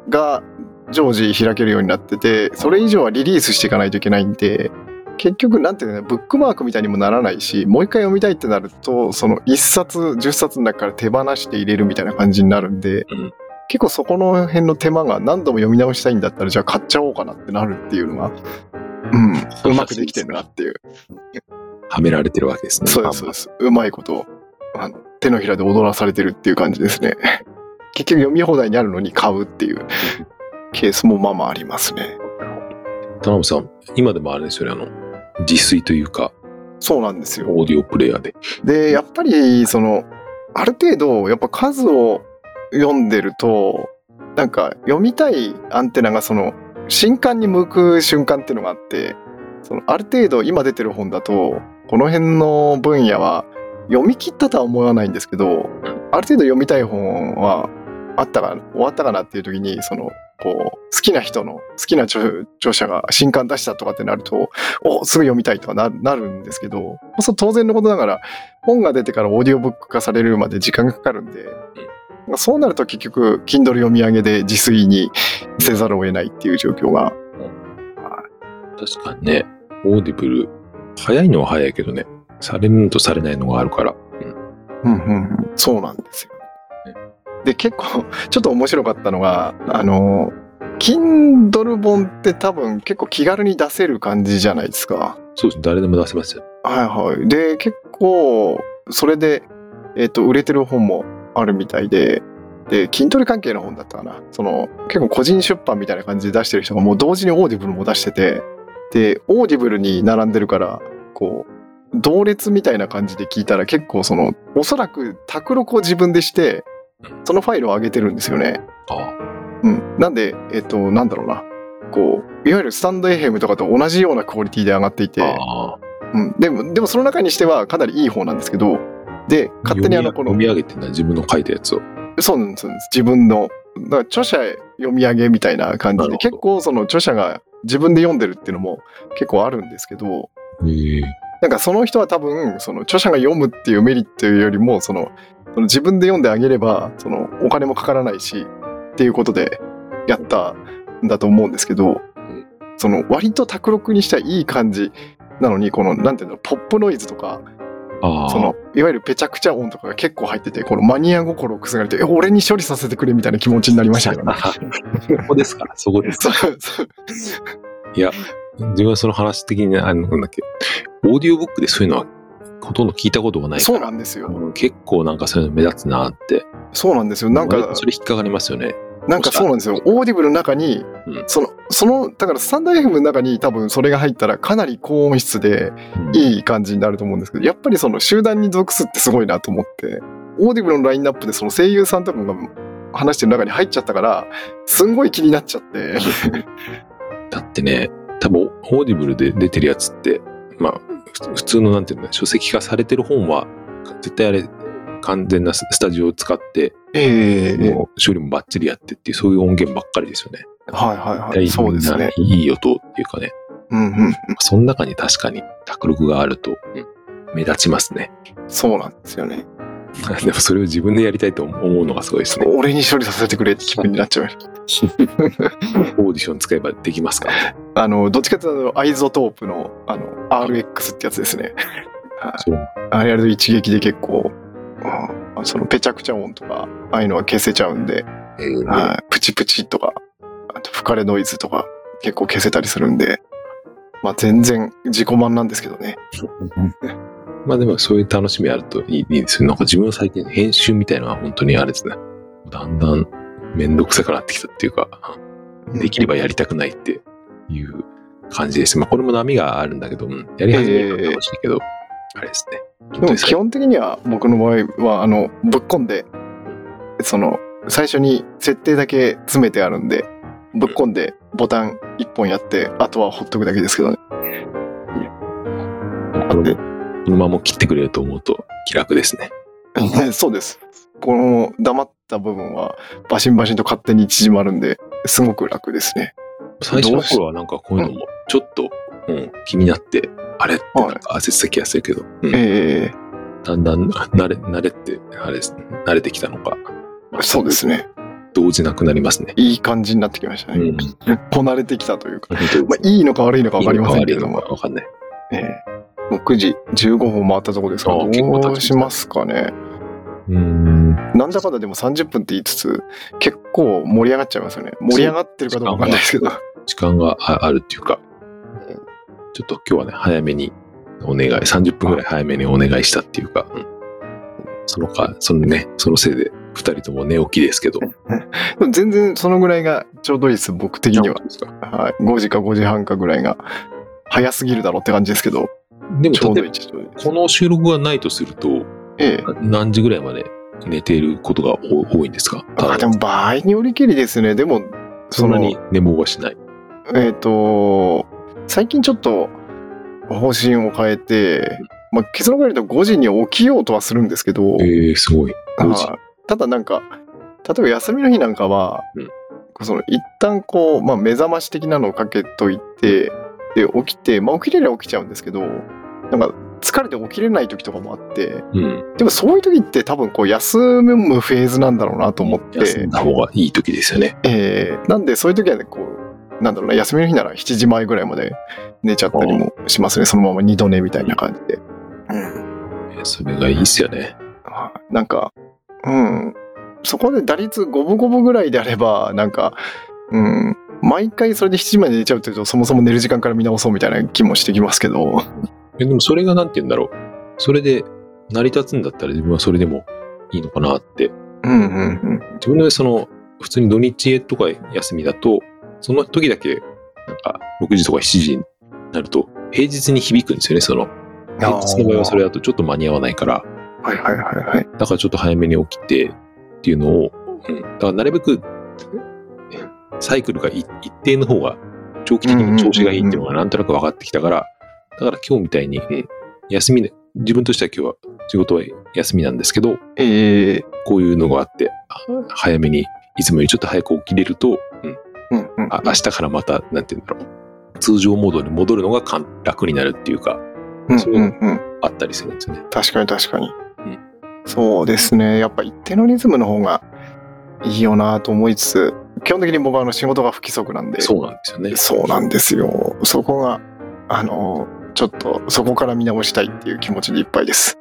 Speaker 1: が常時開けるようになってて、それ以上はリリースしていかないといけないんで、結局、なんていうのかなブックマークみたいにもならないし、もう一回読みたいってなると、その1冊、10冊の中から手放して入れるみたいな感じになるんで、
Speaker 2: うん
Speaker 1: 結構そこの辺の手間が何度も読み直したいんだったら、じゃあ買っちゃおうかなってなるっていうのが、うん、うまくできてるなっていう。
Speaker 2: はめられてるわけですね。
Speaker 1: そうです、そうです。うまいこと、あの手のひらで踊らされてるっていう感じですね。 結局読み放題にあるのに買うっていうケースもまあまあありますね。
Speaker 2: 田辺さん、今でもあれですよね、あの、自炊というか、
Speaker 1: そうなんですよ。
Speaker 2: オーディオプレイヤーで。
Speaker 1: で、やっぱり、その、ある程度、やっぱ数を読んでると、なんか読みたいアンテナがその、新刊に向く瞬間っていうのがあって、そのある程度今出てる本だと、この辺の分野は読み切ったとは思わないんですけど、ある程度読みたい本はあったか、終わったかなっていう時に、その、こう、好きな人の、好きな著著者が新刊出したとかってなると、お、すぐ読みたいとかななるんですけど、そう当然のことながら、本が出てからオーディオブック化されるまで時間がかかるんで、まあそうなると結局 Kindle 読み上げで自炊にせざるを得ないっていう状況が
Speaker 2: 確かにね、オーディブル、早いのは早いけどね、されるのとされないのがあるから。うん
Speaker 1: うんうんうん、そうなんですよ。で結構ちょっと面白かったのがあの Kindle 本って多分結構気軽に出せる感じじゃないですか。
Speaker 2: そうです、誰でも出せますよ。
Speaker 1: はいはい。で結構それで、えっと売れてる本もあるみたいで。で筋トレ関係の本だったかなその結構個人出版みたいな感じで出してる人がもう同時にオーディブルも出しててでオーディブルに並んでるからこう同列みたいな感じで聞いたら結構その、おそらく卓録を自分でして、そのファイルを上げてるんですよね。
Speaker 2: ああ
Speaker 1: うん。なんで、えっと、なんだろうな。こう、いわゆるスタンドエヘムとかと同じようなクオリティで上がっていて、
Speaker 2: ああ
Speaker 1: うん。でも、でもその中にしてはかなりいい方なんですけど、で、勝手にあの、こ
Speaker 2: 読
Speaker 1: の
Speaker 2: み、読み上げてんだ自分の書いたやつを
Speaker 1: そうなんですそうなんです自分のだから著者読み上げみたいな感じ
Speaker 2: なる
Speaker 1: で
Speaker 2: ほど
Speaker 1: 結構その著者が自分で読んでるっていうのも結構あるんですけど
Speaker 2: へえ
Speaker 1: なんかその人は多分その著者が読むっていうメリットよりもそのその自分で読んであげればそのお金もかからないしっていうことでやったんだと思うんですけど
Speaker 2: ん
Speaker 1: その割と卓録にしてはいい感じなのにこのなんていうのポップノイズとか
Speaker 2: ああ
Speaker 1: そのいわゆるぺちゃくちゃ音とかが結構入っててこのマニア心をくすがれてえ俺に処理させてくれみたいな気持ちになりましたけどね
Speaker 2: そこですからそこです
Speaker 1: そうそう
Speaker 2: 自分はその話的にあのなんだっけオーディオブックでそういうのはほとんど聞いたことがないか
Speaker 1: そ
Speaker 2: ら
Speaker 1: うなんですよ
Speaker 2: うん結構なんかそういうの目立つなって
Speaker 1: そうなんですよなん
Speaker 2: 割
Speaker 1: か
Speaker 2: とそれ引っかかりますよね
Speaker 1: なんかそうなんですよオーディブルの中に、
Speaker 2: うん
Speaker 1: そのそのだからスタンド FM の中に多分それが入ったらかなり高音質で
Speaker 2: い
Speaker 1: いい感じになると思うんですけどやっぱりその集団に属すってすごいなと思ってオーディブルのラインナップでその声優さんとかが話してる中に入っちゃったからすんごい気になっちゃって
Speaker 2: だってね多分オーディブルで出てるやつってまあふ普通のなんていうんだ書籍化されてる本は絶対あれ完全なススタジオを使って
Speaker 1: え
Speaker 2: もう処理もバッチリやってっていうそういう音源ばっかりですよね。
Speaker 1: はいはいはいそうですね
Speaker 2: みんないい音っていうかね
Speaker 1: うんうんうん
Speaker 2: その中に確かに卓録があると、うん目立ちますね。
Speaker 1: そうなんですよね。
Speaker 2: でもそれを自分でやりたいと思うのがすごいですね。
Speaker 1: 俺に処理させてくれって気分になっちゃう。
Speaker 2: オーディション使えばできま すからね。
Speaker 1: あの、どっちかというと、アイゾトープの、あの、RX ってやつですね。
Speaker 2: そう
Speaker 1: あれやると一撃で結構、うんその、ぺちゃくちゃ音とか、ああいうのは消せちゃうんで、
Speaker 2: うん
Speaker 1: はいプチプチとか、あと、吹かれノイズとか、結構消せたりするんで、まあ、全然自己満なんですけどね。
Speaker 2: まあでもそういう楽しみあるといいいいですよ。なんか自分最近編集みたいなのは本当にあれですね。だんだんめんどくさくなってきたっていうか、できればやりたくないっていう感じです。まあこれも波があるんだけど、うんやり始めるのは楽しいけど、あれですね。
Speaker 1: でも基本的には僕の場合はあのぶっ込んでその最初に設定だけ詰めてあるんでぶっ込んでボタン1本やってあとはほっとくだけですけどね
Speaker 2: このこのまま切ってくれると思うと気楽ですね。
Speaker 1: そうですこの黙った部分はバシンバシンと勝手に縮まるんですごく楽ですね
Speaker 2: 最初の頃はなんかこういうのもちょっと、うん、気になって、あれってなんか焦った気がするけど、うん
Speaker 1: ええ
Speaker 2: だんだん慣れ慣れて、あれですね、慣れてきたのか、
Speaker 1: そうですね
Speaker 2: 動じなくなりますね。
Speaker 1: いい感じになってきました
Speaker 2: う
Speaker 1: ね、
Speaker 2: ん、本
Speaker 1: こなれてきたというか、
Speaker 2: 当です
Speaker 1: まあ、いいのか悪いのか分かりませんけれども
Speaker 2: いいのか悪いのかわかんない。
Speaker 1: ええもう9時15分回ったとこですから
Speaker 2: ああ結構経
Speaker 1: ど
Speaker 2: ちま
Speaker 1: う
Speaker 2: した
Speaker 1: しますかね
Speaker 2: うん。
Speaker 1: なんだかんだでも30分って言いつつ、結構盛り上がっちゃいますよね。盛り上がってるかどうかわかんないですけど。
Speaker 2: 時間がああるっていうか、ちょっと今日はね、早めにお願い、30分ぐらい早めにお願いしたっていうか、うんそのか、そのね、そのせいで2人とも寝起きですけど、
Speaker 1: でも全然そのぐらいがちょうどいいです、僕的には。
Speaker 2: ですか
Speaker 1: はい、5時か5時半かぐらいが、早すぎるだろうって感じですけど、
Speaker 2: でも
Speaker 1: ちょう
Speaker 2: 例
Speaker 1: ど
Speaker 2: え
Speaker 1: い
Speaker 2: ば
Speaker 1: い、ちょうどいいです。
Speaker 2: この収録がないとすると、
Speaker 1: ええ。
Speaker 2: 何時ぐらいまで寝ていることが多多いんですか
Speaker 1: あ、でも場合によりけりですね。でも、
Speaker 2: そ
Speaker 1: そ
Speaker 2: んな
Speaker 1: の、
Speaker 2: に寝坊はしない。
Speaker 1: えっ、と、最近ちょっと方針を変えて、まあ、結論から言うと5時に起きようとはするんですけど、
Speaker 2: ええすごい。5時
Speaker 1: はいただなんか例えば休みの日なんかは、
Speaker 2: うん
Speaker 1: その一旦こう、まあ、目覚まし的なのをかけといてで起きて、まあ、起きれりゃ起きちゃうんですけどなんか疲れて起きれない時とかもあって
Speaker 2: うん。
Speaker 1: でもそういう時って多分こう休むフェーズなんだろうなと思っ
Speaker 2: 休
Speaker 1: て
Speaker 2: ん、だ方がいい時ですよね。
Speaker 1: えーなんでそういう時はねこうなんだろうな休みの日なら7時前ぐらいまで寝ちゃったりもしますねそのまま二度寝みたいな感じで。
Speaker 2: それがいいっすよね。
Speaker 1: はいなんか、うん、そこで打率五分五分ぐらいであれば、なんか、うん、毎回それで7時まで寝ちゃうっていうと、そもそも寝る時間から見直そうみたいな気もしてきますけど、
Speaker 2: えでもそれがなんて言うんだろう。それで成り立つんだったら自分はそれでもいいのかなって。
Speaker 1: うんうん
Speaker 2: 自分のその、普通に土日とか休みだと、その時だけ、なんか6時とか7時になると、平日に響くんですよね、その、平日の場合はそれだとちょっと間に合わないから、
Speaker 1: はいはいはいはい。
Speaker 2: だからちょっと早めに起きてっていうのを、うん、だからなるべくサイクルが一一定の方が長期的に調子がいいっていうのがなんとなく分かってきたから、だから今日みたいに、うん休みで、自分としては今日は仕事は休みなんですけど、
Speaker 1: ええ
Speaker 2: こういうのがあって、は早めに、いつもよりちょっと早く起きれると、うん、
Speaker 1: うんうん。
Speaker 2: あ明日からまた、なんて言うんだろう、通常モードに戻るのが簡楽になるっていうか、
Speaker 1: うん
Speaker 2: そう
Speaker 1: うんうん。
Speaker 2: あったりするんですよね。
Speaker 1: 確かに確かに。
Speaker 2: ん
Speaker 1: そうですね。やっぱ一定のリズムの方がいいよなと思いつつ、基本的に僕はあの仕事が不規則なんで、
Speaker 2: そうなんですよね。
Speaker 1: そうなんですよ。そこが、あの、ちょっとそこから見直したいっていう気持ちでいっぱいです。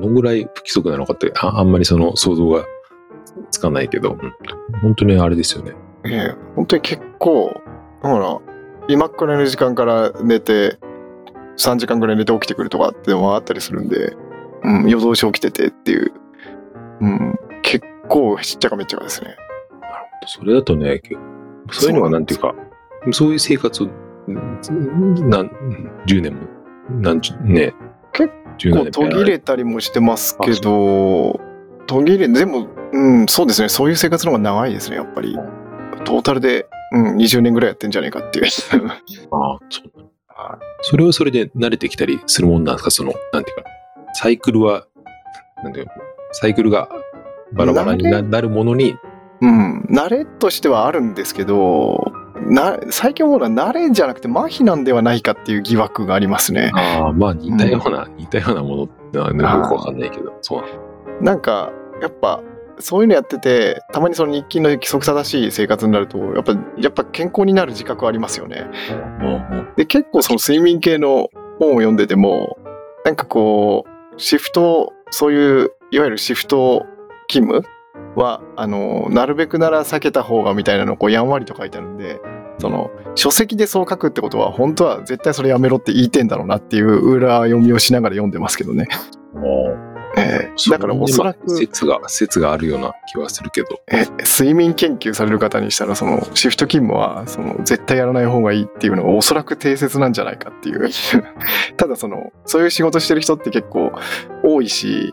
Speaker 2: どのぐらい不規則なのかって、ああんまりその想像がつかないけど、うん本当にあれですよね。
Speaker 1: ええ本当に結構、だから、今くらいの時間から寝て、3時間ぐらい寝て起きてくるとかっていうのもあったりするんで、うん、夜通し起きててっていう、うん、結構しっちゃかめっちゃかですね。
Speaker 2: それだとね、結構そういうのはなんていうか、そういう生活を、うんなん10年も、なんちゅね、
Speaker 1: 結
Speaker 2: 10
Speaker 1: こ
Speaker 2: 年
Speaker 1: う
Speaker 2: も
Speaker 1: 途切れたりもしてますけど、途切れ、でも、うん、そうですね、そういう生活の方が長いですね、やっぱり。トータルで、うん、20年ぐらいやってんじゃねえかっていう。
Speaker 2: ああ、そうなんだそれはそれで慣れてきたりするもんなんですかその、なんていうか、サイクルは、なんていうか、サイクルがバラバラにななるものに、
Speaker 1: うん、慣れとしてはあるんですけど、な最近思うのは慣れじゃなくて麻痺なんではないかっていう疑惑がありますね。
Speaker 2: ああ、まあ似たような、似たようなものってのはね
Speaker 1: あー
Speaker 2: よくわかんないけど、そうなんだ
Speaker 1: なんかやっぱそういうのやっててたまにその日勤の規則正しい生活になるとやっぱやっぱ健康になる自覚はありますよね。
Speaker 2: うんうん
Speaker 1: で結構その睡眠系の本を読んでてもなんかこうシフトそういういわゆるシフト勤務はあのなるべくなら避けた方がみたいなのをこうやんわりと書いてあるんでその書籍でそう書くってことは本当は絶対それやめろって言いてんだろうなっていう裏読みをしながら読んでますけどね。ええだからおそらく
Speaker 2: 説が、説があるような気はするけど。
Speaker 1: え睡眠研究される方にしたらそのシフト勤務はその絶対やらない方がいいっていうのがおそらく定説なんじゃないかっていう ただそのそういう仕事してる人って結構多いし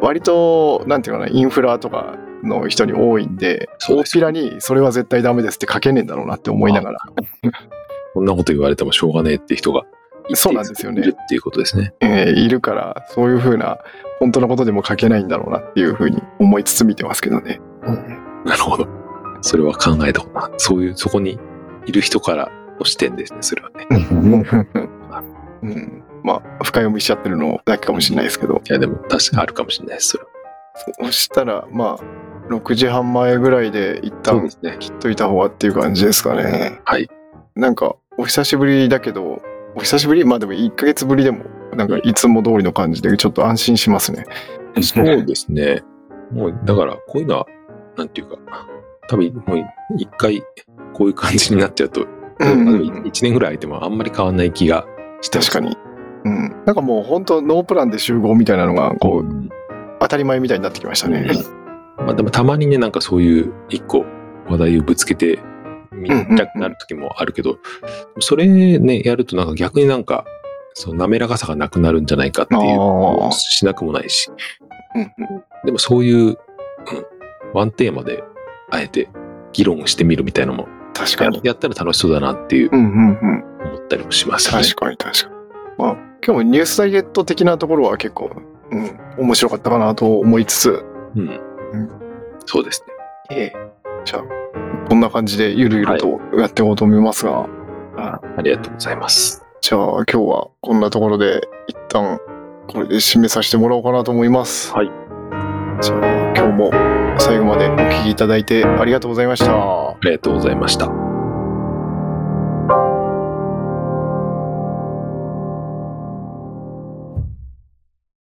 Speaker 1: 割となんていうかなインフラとかの人に多いんで
Speaker 2: そう
Speaker 1: 大
Speaker 2: で
Speaker 1: っぴらにそれは絶対ダメですって書けねえんだろうなって思いながら
Speaker 2: こんなこと言われてもしょうがねえって人が一定数
Speaker 1: そうなんですよね
Speaker 2: いるっていうことですね。
Speaker 1: えーいるからそういうふうな本当のことでも書けないんだろうなっていうふうに思いつつ見てますけどね。
Speaker 2: なるほど。それは考えたことない。そういう、そこにいる人からの視点ですね、それはね。
Speaker 1: うん、まあ深読みしちゃってるのだけかもしれないですけど
Speaker 2: いや、でも確かにあるかもしれないです、それは。
Speaker 1: そしたら、まあ、6時半前ぐらいで一
Speaker 2: そうで
Speaker 1: 旦
Speaker 2: すね。
Speaker 1: 切っといた方がっていう感じですかね。
Speaker 2: はい。
Speaker 1: なんか、お久しぶりだけど、お久しぶりまあでも1ヶ月ぶりでも、なんかいつも通りの感じで、ちょっと安心しますね。
Speaker 2: そうですね。もう、だから、こういうのは、なんていうか、多分、もう、一回、こういう感じになっちゃうと、
Speaker 1: うんうんうん
Speaker 2: 一年ぐらい空いてもあんまり変わんない気がして
Speaker 1: 確かに。うん。なんかもう本当ノープランで集合みたいなのが、こう、
Speaker 2: う
Speaker 1: 当たり前みたいになってきましたね。
Speaker 2: まあでもたまにね、なんかそういう一個話題をぶつけてみ
Speaker 1: うんうんうん
Speaker 2: たくなる時もあるけど、それね、やるとなんか逆になんか、その滑らかさがなくなるんじゃないかっていう
Speaker 1: あー
Speaker 2: もうしなくもないし、
Speaker 1: うん
Speaker 2: でもそういう、うん、ワンテーマであえて議論してみるみたいなのも
Speaker 1: 確か
Speaker 2: や
Speaker 1: に。
Speaker 2: やったら楽しそうだなっていう
Speaker 1: うんうんうん。
Speaker 2: 思ったりもしますよね
Speaker 1: 確。かに確かに。まあ、今日もニュースダイエット的なところは結構、うん、面白かったかなと思いつつ、
Speaker 2: うん
Speaker 1: うん
Speaker 2: そうですね。
Speaker 1: ええ。じゃあ、こんな感じでゆるゆるとやっていこうと思いますが、
Speaker 2: ありがとうございます。
Speaker 1: じゃあ今日はこんなところで一旦これで締めさせてもらおうかなと思います。
Speaker 2: はい。
Speaker 1: じゃあ今日も最後までお聞きいただいてありがとうございました。
Speaker 2: ありがとうございました。